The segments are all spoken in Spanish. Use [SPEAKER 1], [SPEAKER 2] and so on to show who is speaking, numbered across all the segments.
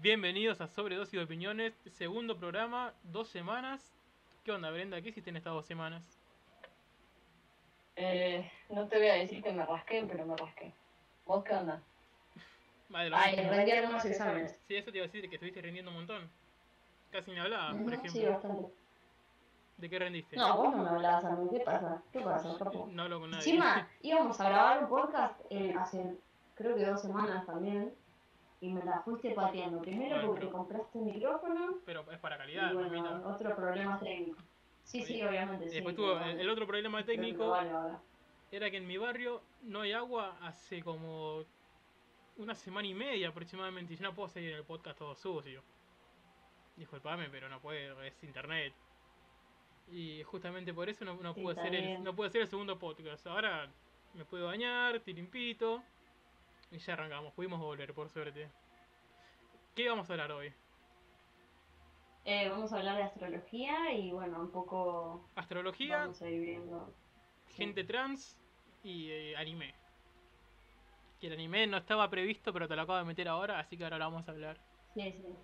[SPEAKER 1] Bienvenidos a Sobredosis de Opiniones, segundo programa, dos semanas. ¿Qué onda, Brenda? ¿Qué hiciste en estas dos semanas?
[SPEAKER 2] Eh, no te voy a decir que me rasqué, pero me rasqué. ¿Vos qué onda?
[SPEAKER 1] Más de lo
[SPEAKER 2] Ay,
[SPEAKER 1] mismo.
[SPEAKER 2] rendí algunos exámenes.
[SPEAKER 1] Sí, eso te iba a decir que estuviste rindiendo un montón. Casi me hablaba, por
[SPEAKER 2] Ujú,
[SPEAKER 1] ejemplo.
[SPEAKER 2] Sí, bastante.
[SPEAKER 1] ¿De qué rendiste?
[SPEAKER 2] No, vos no me hablabas a mí. ¿Qué pasa? ¿Qué pasa,
[SPEAKER 1] Eh,
[SPEAKER 2] papu?
[SPEAKER 1] no hablo con nadie.
[SPEAKER 2] Encima, íbamos a grabar un podcast eh, hace creo que dos semanas también. Y me la fuiste pateando. Primero
[SPEAKER 1] Bueno,
[SPEAKER 2] porque
[SPEAKER 1] pero-
[SPEAKER 2] compraste un micrófono.
[SPEAKER 1] Pero es para
[SPEAKER 2] Y
[SPEAKER 1] calidad, mamita.
[SPEAKER 2] bueno, otro problema técnico. Sí, sí, obviamente. sí,
[SPEAKER 1] Después tuvo
[SPEAKER 2] pero
[SPEAKER 1] el,
[SPEAKER 2] bueno,
[SPEAKER 1] el otro problema
[SPEAKER 2] creo que
[SPEAKER 1] técnico.
[SPEAKER 2] vale ahora.
[SPEAKER 1] era que en mi barrio no hay agua hace como una semana y media aproximadamente y yo no puedo seguir el podcast todo sucio. Disculpame, pero no puedo, es internet. Y justamente por eso no, no
[SPEAKER 2] Sí,
[SPEAKER 1] pude
[SPEAKER 2] está
[SPEAKER 1] hacer el,
[SPEAKER 2] bien.
[SPEAKER 1] no pude hacer el segundo podcast. Ahora me puedo bañar, estoy limpito y ya arrancamos, pudimos volver por suerte. ¿Qué vamos a hablar hoy?
[SPEAKER 2] Eh, vamos a hablar de astrología y bueno, un poco
[SPEAKER 1] Astrología,
[SPEAKER 2] vamos a ir viendo.
[SPEAKER 1] gente trans y eh, anime. Que el anime no estaba previsto, pero te lo acabo de meter ahora, así que ahora lo vamos a hablar.
[SPEAKER 2] Sí, sí.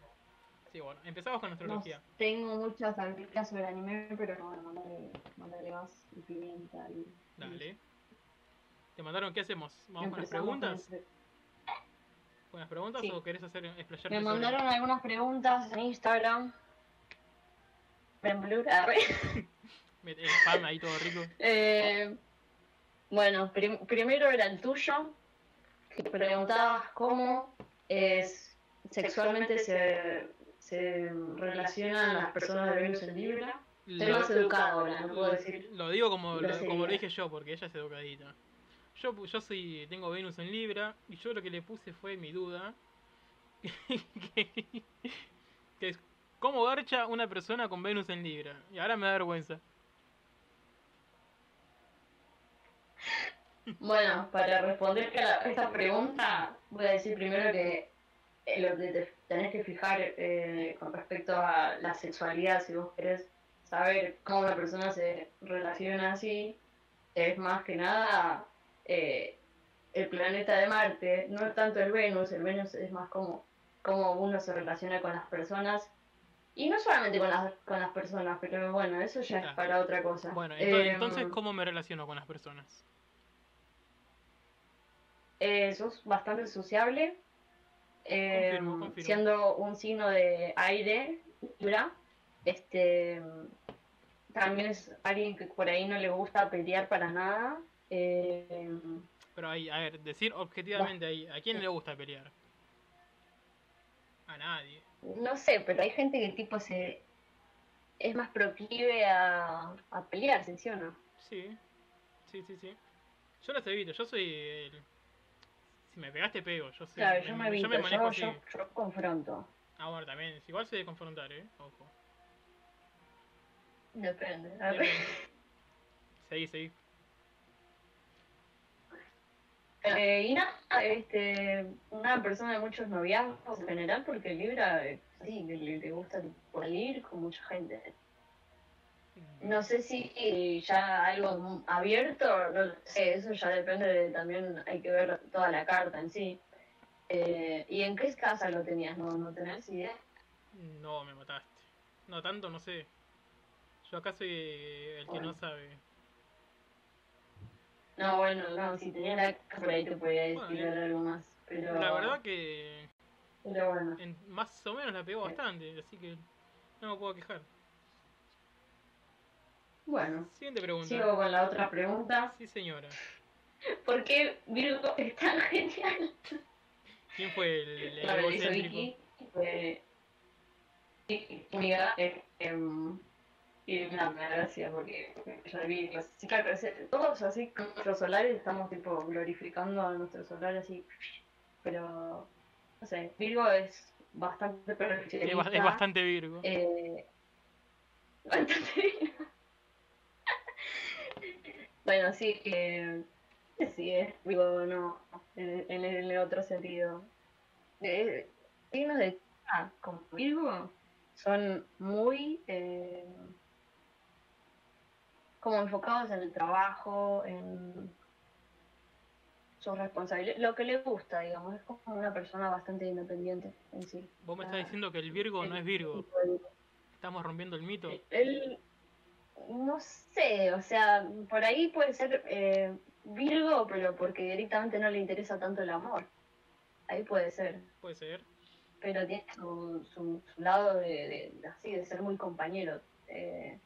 [SPEAKER 1] Sí, bueno, empezamos con
[SPEAKER 2] No
[SPEAKER 1] astrología.
[SPEAKER 2] tengo muchas anécdotas sobre anime, pero bueno, mandale, mandale más y pimienta. Y,
[SPEAKER 1] Dale. ¿Te mandaron qué hacemos? ¿Vamos con las
[SPEAKER 2] Empezamos con
[SPEAKER 1] preguntas?
[SPEAKER 2] las
[SPEAKER 1] ¿Con las preguntas
[SPEAKER 2] Sí.
[SPEAKER 1] o querés hacer eh, explayarte?
[SPEAKER 2] pre- Me
[SPEAKER 1] sobre-
[SPEAKER 2] mandaron algunas preguntas en Instagram. En Blur, ah, arre.
[SPEAKER 1] Met- El spam ahí todo rico.
[SPEAKER 2] Eh, bueno, prim- primero era el tuyo, que preguntabas cómo es, sexualmente se, se relacionan las personas de Venus en Libra. Estoy
[SPEAKER 1] Lo,
[SPEAKER 2] más educado ahora, no puedo decir.
[SPEAKER 1] lo digo como lo,
[SPEAKER 2] grosería.
[SPEAKER 1] como lo dije yo, porque ella es educadita. Yo, pu- yo soy, tengo Venus en Libra y yo lo que le puse fue mi duda. que, que es, ¿Cómo garcha una persona con Venus en Libra? Y ahora me da vergüenza.
[SPEAKER 2] Bueno, para responder a la- esta pregunta, voy a decir primero que eh, lo que te tenés que fijar eh, con respecto a la sexualidad, si vos querés saber cómo una persona se relaciona así, es más que nada eh, el planeta de Marte, no tanto el Venus, el Venus es más como cómo uno se relaciona con las personas. Y no solamente con las, con las personas, pero bueno, eso ya es
[SPEAKER 1] Claro.
[SPEAKER 2] para otra cosa.
[SPEAKER 1] Bueno, ento-
[SPEAKER 2] Em,
[SPEAKER 1] entonces, ¿cómo me relaciono con las personas?
[SPEAKER 2] Eh, sos bastante sociable. eh,
[SPEAKER 1] Confirmo, confirmo.
[SPEAKER 2] Siendo un signo de aire, Libra. Este, también es alguien que por ahí no le gusta pelear para nada. eh,
[SPEAKER 1] Pero ahí, a ver, decir objetivamente ahí, ¿a quién le gusta pelear? A nadie.
[SPEAKER 2] no sé, pero hay gente que tipo se es más proclive a, a pelear, ¿sí o no?
[SPEAKER 1] Sí, sí, sí, sí. Yo las evito, yo soy el... Si me pegaste, pego. Yo, soy,
[SPEAKER 2] Claro, yo me evito,
[SPEAKER 1] yo me manejo
[SPEAKER 2] yo,
[SPEAKER 1] así.
[SPEAKER 2] yo- yo confronto.
[SPEAKER 1] Ah, bueno, también. Igual soy de confrontar, ¿eh? Ojo.
[SPEAKER 2] Depende.
[SPEAKER 1] Depende. Seguí, seguí.
[SPEAKER 2] Eh, y nada, este, una persona de muchos noviazgos en general, porque Libra, eh, sí, que le, le gusta salir con mucha gente. No sé si eh, ya algo abierto, no lo sé, eso ya depende, de- también hay que ver toda la carta en sí. Eh, ¿Y en qué casa lo tenías? ¿No, no tenés idea?
[SPEAKER 1] No, me mataste. No, tanto no sé. Yo acá soy el que no
[SPEAKER 2] Bueno.
[SPEAKER 1] sabe.
[SPEAKER 2] No, bueno, no, si tenías la casa por ahí te podía decir
[SPEAKER 1] Bueno,
[SPEAKER 2] algo más. Pero,
[SPEAKER 1] La verdad que...
[SPEAKER 2] pero bueno.
[SPEAKER 1] en- más o menos la pegó bastante, así que no me puedo quejar.
[SPEAKER 2] Bueno,
[SPEAKER 1] Siguiente pregunta.
[SPEAKER 2] sigo con la otra pregunta.
[SPEAKER 1] Sí, señora.
[SPEAKER 2] ¿Por qué Virgo es tan genial?
[SPEAKER 1] ¿Quién fue el, el
[SPEAKER 2] La realizó
[SPEAKER 1] egocéntrico?
[SPEAKER 2] Vicky. fue- Sí, amiga, eh, em, y nada, me da gracia porque yo vi, los- sí, claro, es- todos así, con nuestros solares, estamos tipo glorificando a nuestro solar así, pero no sé, Virgo es bastante
[SPEAKER 1] Es,
[SPEAKER 2] perfeccionista.
[SPEAKER 1] ba- es bastante Virgo.
[SPEAKER 2] eh, bastante- bueno, sí, eh, sí, es Virgo, no, en, en el otro sentido. Eh, signos de ah, como Virgo son muy eh, como enfocados en el trabajo, en sus responsabilidades, lo que le gusta, digamos, es como una persona bastante independiente en sí.
[SPEAKER 1] Vos me estás
[SPEAKER 2] Ah,
[SPEAKER 1] diciendo que el Virgo no es Virgo. Estamos rompiendo el mito.
[SPEAKER 2] Eh, Él, no sé, o sea, por ahí puede ser eh, Virgo, pero porque directamente no le interesa tanto el amor. Ahí puede ser,
[SPEAKER 1] Puede ser.
[SPEAKER 2] pero tiene su, su, su lado de, de- así, de ser muy compañero. eh,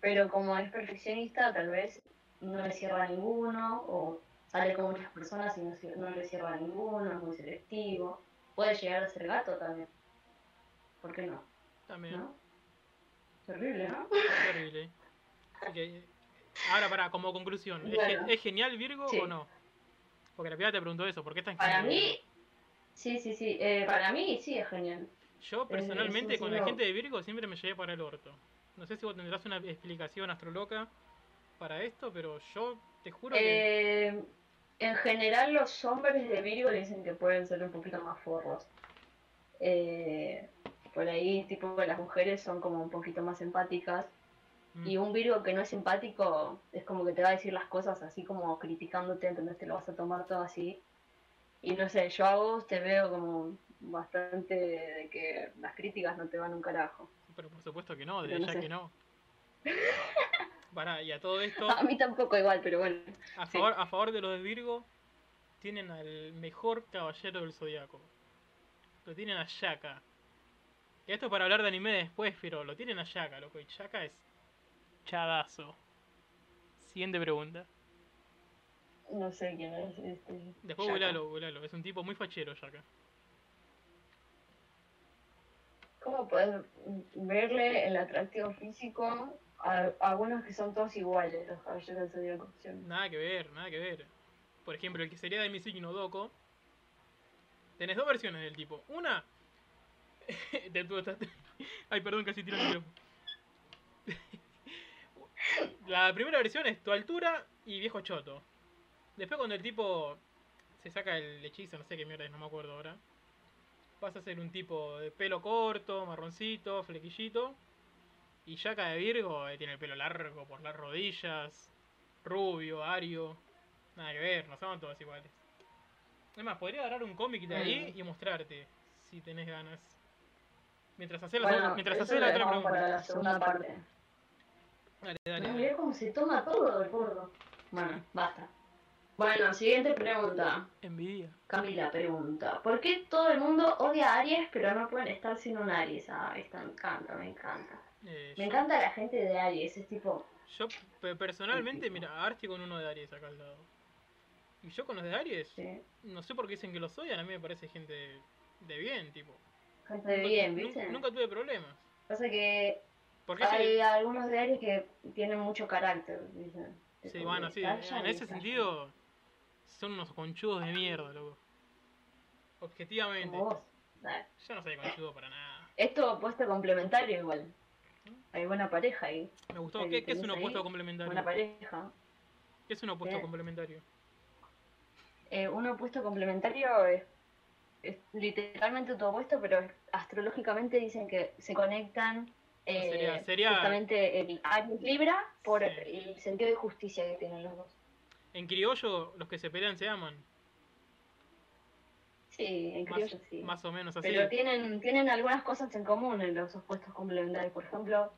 [SPEAKER 2] pero como es perfeccionista, tal vez no le cierra a ninguno, o sale con muchas personas y no, cier- no le cierra a ninguno, es muy selectivo. Puede llegar a ser gato también. ¿Por qué no?
[SPEAKER 1] También.
[SPEAKER 2] ¿No? Terrible, ¿no?
[SPEAKER 1] Terrible. Así que, ahora, para, como conclusión. ¿es,
[SPEAKER 2] Bueno.
[SPEAKER 1] ge- es genial Virgo
[SPEAKER 2] Sí.
[SPEAKER 1] o no? Porque la piba te preguntó eso. ¿Por qué es tan
[SPEAKER 2] Para
[SPEAKER 1] genial
[SPEAKER 2] mí,
[SPEAKER 1] Virgo?
[SPEAKER 2] sí, sí, sí. eh, para mí, sí, es genial.
[SPEAKER 1] Yo personalmente
[SPEAKER 2] eh, es un
[SPEAKER 1] con la
[SPEAKER 2] signo-
[SPEAKER 1] gente de Virgo siempre me llevé para el orto. No sé si vos tendrás una explicación astroloca para esto, pero yo te juro que...
[SPEAKER 2] Eh, en general, los hombres de Virgo dicen que pueden ser un poquito más forros. Eh, por ahí, tipo, las mujeres son como un poquito más empáticas.
[SPEAKER 1] mm,
[SPEAKER 2] Y un Virgo que no es empático es como que te va a decir las cosas así como criticándote, entonces te lo vas a tomar todo así. Y no sé, yo a vos te veo como bastante de que las críticas no te van un carajo.
[SPEAKER 1] Pero por supuesto que no,
[SPEAKER 2] Yo
[SPEAKER 1] desde
[SPEAKER 2] no
[SPEAKER 1] ya
[SPEAKER 2] sé.
[SPEAKER 1] que no. Pará, y a todo esto,
[SPEAKER 2] A mí tampoco igual, pero bueno.
[SPEAKER 1] a
[SPEAKER 2] sí.
[SPEAKER 1] favor, a favor de los de Virgo, tienen al mejor caballero del zodiaco. Lo tienen a Shaka. Y esto es para hablar de anime después, pero lo tienen a Shaka, loco. Y Shaka es chadazo. Siguiente pregunta.
[SPEAKER 2] No sé quién es. Este,
[SPEAKER 1] Después
[SPEAKER 2] Shaka.
[SPEAKER 1] googlealo, googlealo. Es un tipo muy fachero, Shaka.
[SPEAKER 2] ¿Cómo podés verle el atractivo físico a algunos que son todos iguales, los caballeros del zodíaco? ¿sí?
[SPEAKER 1] Nada que ver, nada que ver. Por ejemplo, el que sería de mi signo Doco. Tenés dos versiones del tipo. Una. de tu- de- Ay, perdón, casi tiro el micrófono. La primera versión es tu altura y viejo choto. Después, cuando el tipo se saca el hechizo, no sé qué mierda es, no me acuerdo ahora. Vas a ser un tipo de pelo corto, marroncito, flequillito. Y Yaka de Virgo eh, tiene el pelo largo por las rodillas, rubio, ario. Nada que ver, no son todos iguales. Es más, podría agarrar un cómic de ahí y mostrarte, si tenés ganas. Mientras haces la,
[SPEAKER 2] Bueno,
[SPEAKER 1] mientras
[SPEAKER 2] eso
[SPEAKER 1] haces
[SPEAKER 2] lo
[SPEAKER 1] la otra
[SPEAKER 2] dejamos
[SPEAKER 1] pregunta.
[SPEAKER 2] para la segunda parte.
[SPEAKER 1] Dale, dale.
[SPEAKER 2] No,
[SPEAKER 1] dale.
[SPEAKER 2] mirá cómo se toma todo el gordo. Bueno, basta. Bueno, siguiente pregunta.
[SPEAKER 1] Envidia.
[SPEAKER 2] Camila pregunta, ¿por qué todo el mundo odia a Aries pero no pueden estar sin un Aries? Ah, esta me encanta, me encanta.
[SPEAKER 1] Eh,
[SPEAKER 2] Me
[SPEAKER 1] yo-
[SPEAKER 2] encanta la gente de Aries, es tipo,
[SPEAKER 1] Yo pe- personalmente,
[SPEAKER 2] Típico.
[SPEAKER 1] mira, Arti con uno de Aries acá al lado. Y yo con los de Aries,
[SPEAKER 2] sí,
[SPEAKER 1] no sé por qué dicen que los odian, a mí me parece gente de bien, tipo.
[SPEAKER 2] gente
[SPEAKER 1] Nunca-
[SPEAKER 2] bien,
[SPEAKER 1] nun-
[SPEAKER 2] ¿viste?
[SPEAKER 1] Nunca tuve problemas.
[SPEAKER 2] Pasa que
[SPEAKER 1] Porque
[SPEAKER 2] hay
[SPEAKER 1] ese-
[SPEAKER 2] algunos de Aries que tienen mucho carácter, ¿viste?
[SPEAKER 1] sí, bueno, sí, en ese sentido son unos conchudos de mierda, loco. Objetivamente,
[SPEAKER 2] Como vos. Dale.
[SPEAKER 1] yo no soy conchudo para nada.
[SPEAKER 2] Esto opuesto complementario igual. Hay buena pareja ahí,
[SPEAKER 1] Me gustó.
[SPEAKER 2] Ahí
[SPEAKER 1] ¿Qué, qué es
[SPEAKER 2] tenés
[SPEAKER 1] un
[SPEAKER 2] ahí,
[SPEAKER 1] opuesto
[SPEAKER 2] buena
[SPEAKER 1] complementario?
[SPEAKER 2] pareja.
[SPEAKER 1] ¿Qué es un opuesto
[SPEAKER 2] Bien.
[SPEAKER 1] complementario?
[SPEAKER 2] Eh, un opuesto complementario es, es literalmente tu opuesto, pero es- astrológicamente dicen que se conectan eh,
[SPEAKER 1] Sería- sería-
[SPEAKER 2] justamente el Aries Libra por
[SPEAKER 1] Sí.
[SPEAKER 2] el sentido de justicia que tienen los dos.
[SPEAKER 1] En criollo, los que se pelean se aman.
[SPEAKER 2] Sí, en
[SPEAKER 1] Más,
[SPEAKER 2] criollo sí.
[SPEAKER 1] más o menos así.
[SPEAKER 2] Pero tienen, tienen algunas cosas en común en los opuestos complementarios. Por ejemplo,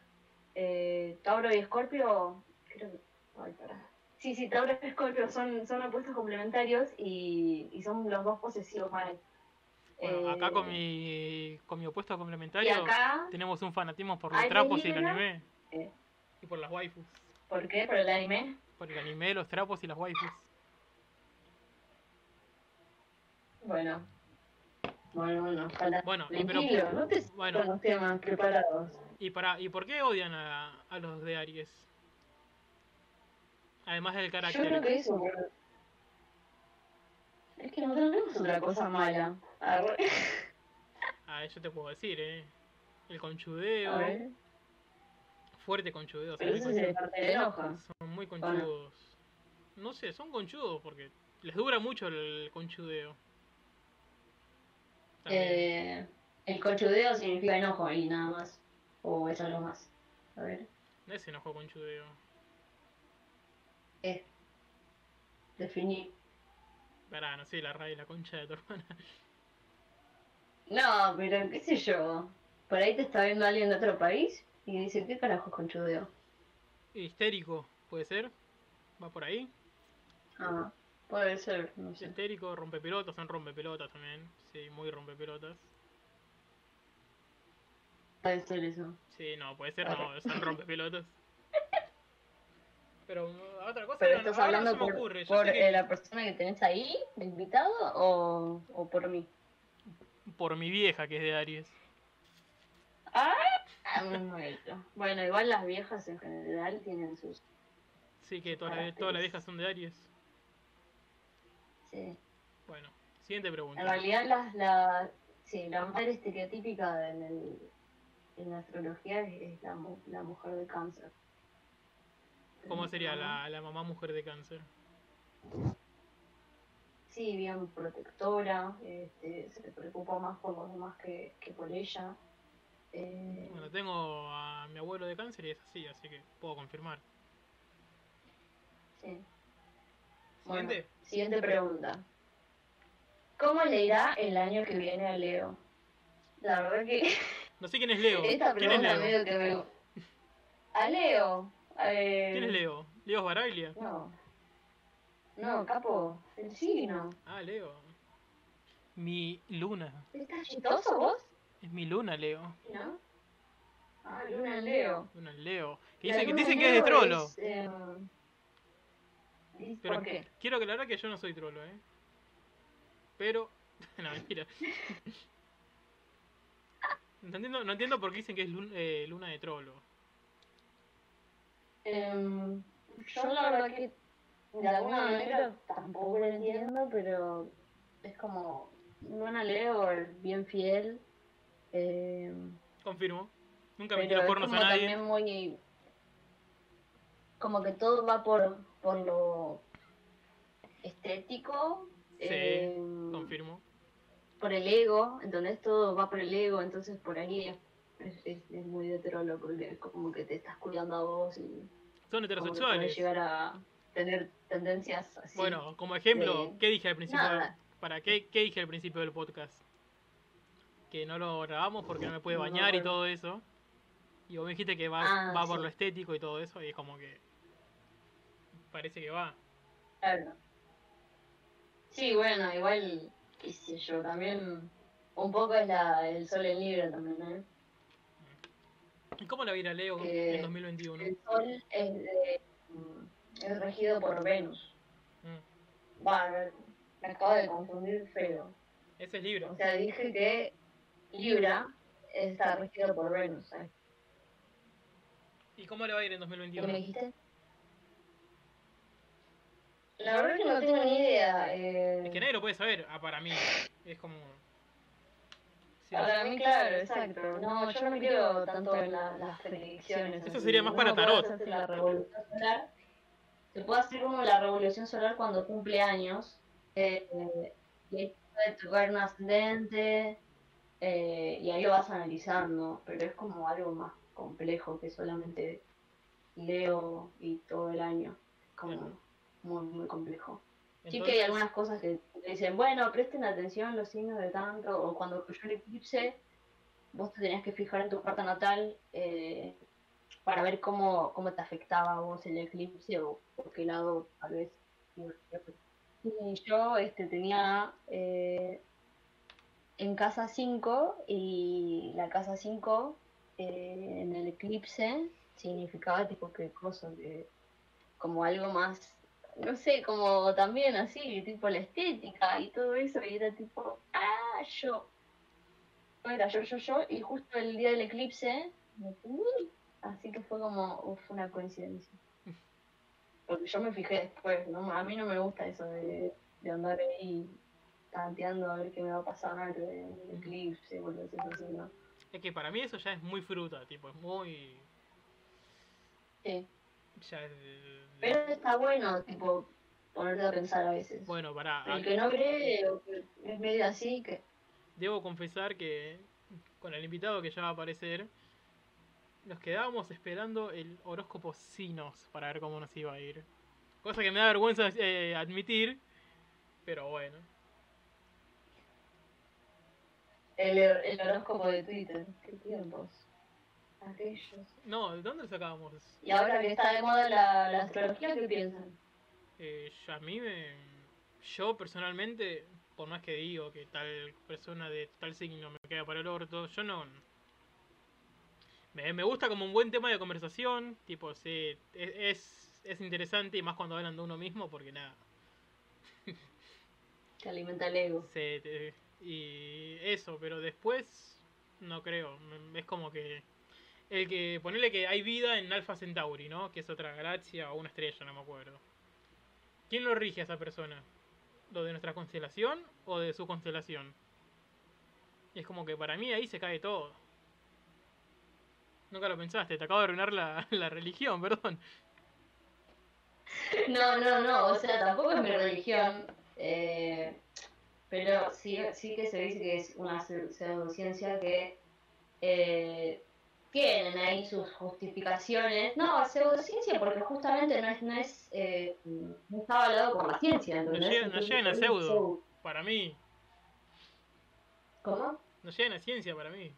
[SPEAKER 2] eh, Tauro y Escorpio. Creo que. ay, pará. Sí, sí, Tauro y Escorpio son, son opuestos complementarios y, y son los dos posesivos mal.
[SPEAKER 1] Bueno,
[SPEAKER 2] Eh,
[SPEAKER 1] acá con mi, con mi opuesto
[SPEAKER 2] Y
[SPEAKER 1] complementario
[SPEAKER 2] acá,
[SPEAKER 1] tenemos un fanatismo por los
[SPEAKER 2] Aries
[SPEAKER 1] trapos y el
[SPEAKER 2] Libra.
[SPEAKER 1] anime.
[SPEAKER 2] Eh.
[SPEAKER 1] Y por las waifus.
[SPEAKER 2] ¿por qué? Por el anime.
[SPEAKER 1] Por el anime, los trapos y las waifus.
[SPEAKER 2] Bueno. Bueno, bueno, falta.
[SPEAKER 1] Bueno, y, pero,
[SPEAKER 2] Tranquilo, no te
[SPEAKER 1] bueno.
[SPEAKER 2] bueno. los temas preparados.
[SPEAKER 1] y, para, ¿y por qué odian a, a los de Aries? Además del
[SPEAKER 2] Yo creo
[SPEAKER 1] carácter.
[SPEAKER 2] que eso. boludo. Es que no tenemos otra cosa mala. Arre.
[SPEAKER 1] Ah, yo te puedo decir, ¿eh? El
[SPEAKER 2] A ver.
[SPEAKER 1] conchudeo. Fuerte conchudeo. o sea,
[SPEAKER 2] Pero
[SPEAKER 1] muy
[SPEAKER 2] eso se le
[SPEAKER 1] conchudo.
[SPEAKER 2] parte del ojo.
[SPEAKER 1] Son muy conchudos. No sé, son conchudos porque les dura mucho el conchudeo. También.
[SPEAKER 2] Eh, el cochudeo significa enojo y nada más. O es algo más. A ver.
[SPEAKER 1] No es enojo conchudeo.
[SPEAKER 2] Eh. Definir.
[SPEAKER 1] Pará, no sé, la radio es la concha de tu hermana.
[SPEAKER 2] No, pero qué sé yo. Por ahí te está viendo alguien de otro país y dice, ¿qué carajo con chudeo?
[SPEAKER 1] Histérico, puede ser. Va por ahí.
[SPEAKER 2] Ah, puede ser, no sé.
[SPEAKER 1] Histérico, rompepelotas, son rompepelotas también. Sí, muy rompepelotas.
[SPEAKER 2] Puede ser eso.
[SPEAKER 1] Sí, no, puede ser, no, son rompepelotas. Pero mm, otra cosa
[SPEAKER 2] Pero
[SPEAKER 1] no,
[SPEAKER 2] estás
[SPEAKER 1] ahora no
[SPEAKER 2] hablando
[SPEAKER 1] se me
[SPEAKER 2] por,
[SPEAKER 1] ocurre. Yo
[SPEAKER 2] por,
[SPEAKER 1] sé que
[SPEAKER 2] eh, la persona que tenés ahí, de invitado, o, o por mí.
[SPEAKER 1] por mi vieja que es de Aries.
[SPEAKER 2] Ah, me muero. bueno, igual las viejas en general tienen sus...
[SPEAKER 1] Sí, que
[SPEAKER 2] Ah,
[SPEAKER 1] todas las, todas las viejas son de Aries.
[SPEAKER 2] Sí.
[SPEAKER 1] Bueno, siguiente
[SPEAKER 2] En
[SPEAKER 1] pregunta.
[SPEAKER 2] realidad las, la, sí, la madre estereotípica en, el, en la astrología es, es la, mu- la mujer de cáncer.
[SPEAKER 1] ¿Cómo sería la, la mamá mujer de cáncer?
[SPEAKER 2] Sí, bien protectora, este, se preocupa más por los demás que, que por ella. Eh,
[SPEAKER 1] Bueno, tengo a mi abuelo de cáncer y es así, así que puedo confirmar.
[SPEAKER 2] sí. Bueno,
[SPEAKER 1] Siguiente.
[SPEAKER 2] siguiente pregunta. ¿Cómo le irá el año que viene a Leo? La verdad que
[SPEAKER 1] No sé quién es Leo.
[SPEAKER 2] esta
[SPEAKER 1] ¿Quién es
[SPEAKER 2] pregunta
[SPEAKER 1] Leo?
[SPEAKER 2] medio que me... A Leo. eh,
[SPEAKER 1] ¿Quién es Leo? ¿Leo Baraglia?
[SPEAKER 2] No. No, capo, el signo.
[SPEAKER 1] Ah, Leo. Mi luna.
[SPEAKER 2] ¿Estás chistoso vos?
[SPEAKER 1] Es mi luna, Leo.
[SPEAKER 2] ¿No? Ah, Luna en Leo.
[SPEAKER 1] Luna en Leo. Que
[SPEAKER 2] La
[SPEAKER 1] dicen, que,
[SPEAKER 2] luna
[SPEAKER 1] dicen
[SPEAKER 2] en
[SPEAKER 1] que es de
[SPEAKER 2] Leo
[SPEAKER 1] trolo.
[SPEAKER 2] es, em, ¿y
[SPEAKER 1] Pero
[SPEAKER 2] ¿Por qué?
[SPEAKER 1] quiero aclarar que yo no soy trolo, ¿eh? Pero... no, mentira. No entiendo, no entiendo por qué dicen que es lun- eh, luna de trolo.
[SPEAKER 2] Em, yo la verdad que de alguna manera tampoco lo entiendo, pero es como Luna Leo es bien fiel. em,
[SPEAKER 1] Confirmo. Nunca metí
[SPEAKER 2] pero
[SPEAKER 1] los
[SPEAKER 2] es
[SPEAKER 1] cuernos
[SPEAKER 2] como
[SPEAKER 1] a nadie.
[SPEAKER 2] también muy como que todo va por por lo estético
[SPEAKER 1] Sí,
[SPEAKER 2] eh,
[SPEAKER 1] Confirmo.
[SPEAKER 2] por el ego entonces todo va por el ego entonces por ahí es, es- es- es muy de trolo porque es como que te estás cuidando a vos y
[SPEAKER 1] Son
[SPEAKER 2] como que puedes
[SPEAKER 1] heterosexuales.
[SPEAKER 2] llegar a tener tendencias así
[SPEAKER 1] Bueno, como ejemplo,
[SPEAKER 2] Sí.
[SPEAKER 1] ¿qué dije al principio? del-
[SPEAKER 2] Eh, nada
[SPEAKER 1] ¿Para qué, qué dije al principio del podcast? Que no lo grabamos porque no me puede
[SPEAKER 2] No,
[SPEAKER 1] bañar y
[SPEAKER 2] bueno.
[SPEAKER 1] todo eso. Y vos me dijiste que va,
[SPEAKER 2] Ah,
[SPEAKER 1] va por
[SPEAKER 2] sí.
[SPEAKER 1] lo estético y todo eso, y es como que. Parece que va.
[SPEAKER 2] claro. sí bueno igual qué sé yo también un poco es la el sol en libre también ¿eh?
[SPEAKER 1] ¿Y cómo la va a ir a Leo
[SPEAKER 2] Eh,
[SPEAKER 1] en 2021?
[SPEAKER 2] El Sol es, de- mm, es regido por Venus.
[SPEAKER 1] Mm.
[SPEAKER 2] Va, me- me acabo de confundir feo.
[SPEAKER 1] Ese es Libra.
[SPEAKER 2] O sea, dije que Libra está regido por Venus. ¿eh?
[SPEAKER 1] ¿Y cómo le va a ir en
[SPEAKER 2] ¿Qué me
[SPEAKER 1] 2021?
[SPEAKER 2] dijiste? La verdad que no tengo ni idea. eh,
[SPEAKER 1] Es que nadie lo puede saber. Ah, para mí. Es como. Sí.
[SPEAKER 2] Para mí, claro, exacto. No, yo no me quiero tanto en la- las predicciones.
[SPEAKER 1] Eso
[SPEAKER 2] así.
[SPEAKER 1] sería más
[SPEAKER 2] No
[SPEAKER 1] para
[SPEAKER 2] me puedo
[SPEAKER 1] tarot.
[SPEAKER 2] hacer la revolución solar. Se puede hacer como la revolución solar cuando cumple años. eh, y ahí puede tocar un ascendente. eh, y ahí lo vas analizando. Pero es como algo más complejo que solamente leo y todo el año.
[SPEAKER 1] Claro.
[SPEAKER 2] Como muy, muy complejo. Sí que hay
[SPEAKER 1] Entonces,
[SPEAKER 2] algunas cosas que te dicen, bueno, presten atención los signos de tanto, o cuando ocurrió el eclipse, vos te tenías que fijar en tu carta natal eh, para ver cómo, cómo te afectaba a vos el eclipse o por qué lado tal vez. iba a ser. Y yo este, tenía eh, en casa 5 y la casa 5 eh, en el eclipse significaba tipo que cosa, que como algo más no sé, como también así, tipo la estética y todo eso, y era tipo, ah, yo. No era yo, yo, yo, y justo el día del eclipse, me fui, "Uy". así que fue como, uf, una coincidencia. Porque yo me fijé después, ¿no? A mí no me gusta eso de, de andar ahí tanteando a ver qué me va a pasar eh, el eclipse, boludo, eso así, ¿no?
[SPEAKER 1] es que para mí eso ya es muy fruta, tipo, es muy.
[SPEAKER 2] Sí.
[SPEAKER 1] Ya es. de-
[SPEAKER 2] Pero está bueno, tipo, ponerte a pensar a veces.
[SPEAKER 1] Bueno, pará.
[SPEAKER 3] Ah,
[SPEAKER 2] El que no cree, o que es medio así, que...
[SPEAKER 1] Debo confesar que con el invitado que ya va a aparecer, nos quedábamos esperando el horóscopo Sinos para ver cómo nos iba a ir. Cosa que me da vergüenza eh, admitir, Pero bueno.
[SPEAKER 3] El, el horóscopo de Twitter. Qué tiempos. Aquellos.
[SPEAKER 1] No, ¿de dónde lo sacábamos?
[SPEAKER 3] Y ahora que está de moda la, la astrología, ¿qué piensan?
[SPEAKER 1] Eh, yo- a mí me... Yo personalmente, por más que digo que tal persona de tal signo me queda para el orto, yo no... Me, me gusta como un buen tema de conversación, tipo, sí, es, es, es interesante y más cuando hablan de uno mismo porque nada,
[SPEAKER 3] Que alimenta el ego.
[SPEAKER 1] se te- y eso, pero después no creo. mm, Es como que el que ponerle que hay vida en Alpha Centauri, ¿no? Que es otra galaxia o una estrella, no me acuerdo. ¿Quién lo rige a esa persona? ¿Lo de nuestra constelación o de su constelación? Es como que para mí ahí se cae todo. Nunca lo pensaste, te acabo de arruinar la, la religión, perdón.
[SPEAKER 3] No, no, no, o sea, tampoco es mi religión, eh,
[SPEAKER 2] Pero sí, sí que se dice que es una pse- pseudociencia que eh, tienen ahí sus justificaciones. No, pseudociencia porque justamente no es, no es eh, no está avalado por la ciencia.
[SPEAKER 1] No
[SPEAKER 2] ¿entendés?
[SPEAKER 1] llegan- no
[SPEAKER 2] Entonces,
[SPEAKER 1] llegan a
[SPEAKER 2] es
[SPEAKER 1] pseudo.
[SPEAKER 2] pseudo.
[SPEAKER 1] Para mí,
[SPEAKER 2] ¿Cómo?
[SPEAKER 1] no llegan a ciencia para mí.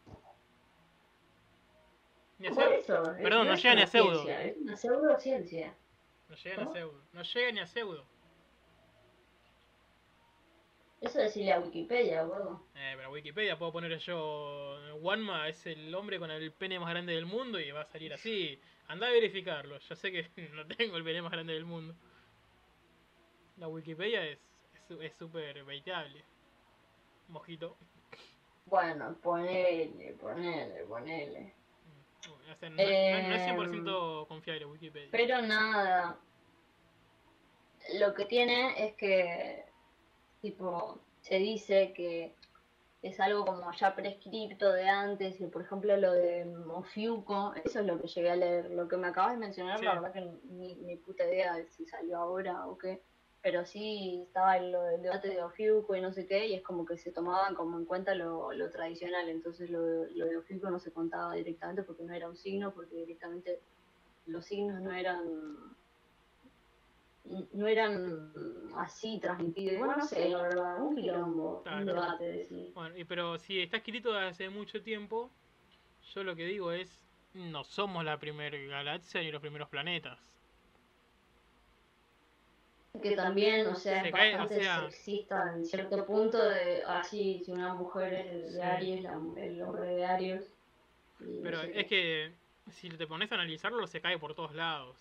[SPEAKER 1] Ni a
[SPEAKER 2] Por
[SPEAKER 1] pseudo.
[SPEAKER 2] eso. eh,
[SPEAKER 1] Perdón, no
[SPEAKER 2] es
[SPEAKER 1] llegan
[SPEAKER 2] una
[SPEAKER 1] a pseudo.
[SPEAKER 2] ciencia, Es una pseudociencia.
[SPEAKER 1] No llegan a
[SPEAKER 2] ¿Cómo?
[SPEAKER 1] pseudo. No llegan ni a pseudo.
[SPEAKER 2] Eso decirle a Wikipedia, boludo.
[SPEAKER 1] Eh, pero Wikipedia puedo poner yo. Wanma es el hombre con el pene más grande del mundo y va a salir así. Andá a verificarlo. Yo sé que no tengo el pene más grande del mundo. La Wikipedia es es su- es súper veitable. Mojito.
[SPEAKER 2] Bueno, ponele, ponele, ponele.
[SPEAKER 1] Mm, O sea, no, no- no es 100% confiable Wikipedia.
[SPEAKER 2] Pero nada. Lo que tiene es que, tipo, se dice que es algo como ya prescripto de antes, y por ejemplo lo de Mofiuco, eso es lo que llegué a leer. Lo que me acabas de mencionar,
[SPEAKER 1] Sí.
[SPEAKER 2] la verdad que ni, ni puta idea de si salió ahora o qué. Pero sí estaba lo del debate de Ofiuco y no sé qué, y es como que se tomaban como en cuenta lo, lo tradicional. Entonces lo, de- lo de Ofiuco no se contaba directamente porque no era un signo, porque directamente los signos no eran no eran así transmitidos. Bueno, no sé, la verdad, un quilombo,
[SPEAKER 1] Claro.
[SPEAKER 2] un debate, sí.
[SPEAKER 1] Bueno, y- pero si está escrito hace mucho tiempo, yo lo que digo es, no somos la primera galaxia ni los primeros planetas.
[SPEAKER 2] que también, o sea,
[SPEAKER 1] Se
[SPEAKER 2] es
[SPEAKER 1] cae, o
[SPEAKER 2] bastante
[SPEAKER 1] sea-
[SPEAKER 2] sexista en cierto punto de así si una mujer es de
[SPEAKER 1] Sí.
[SPEAKER 2] Aries, la- el hombre de Aries. y no
[SPEAKER 1] Pero
[SPEAKER 2] sé
[SPEAKER 1] es
[SPEAKER 2] qué.
[SPEAKER 1] que si te pones a analizarlo, se cae por todos lados.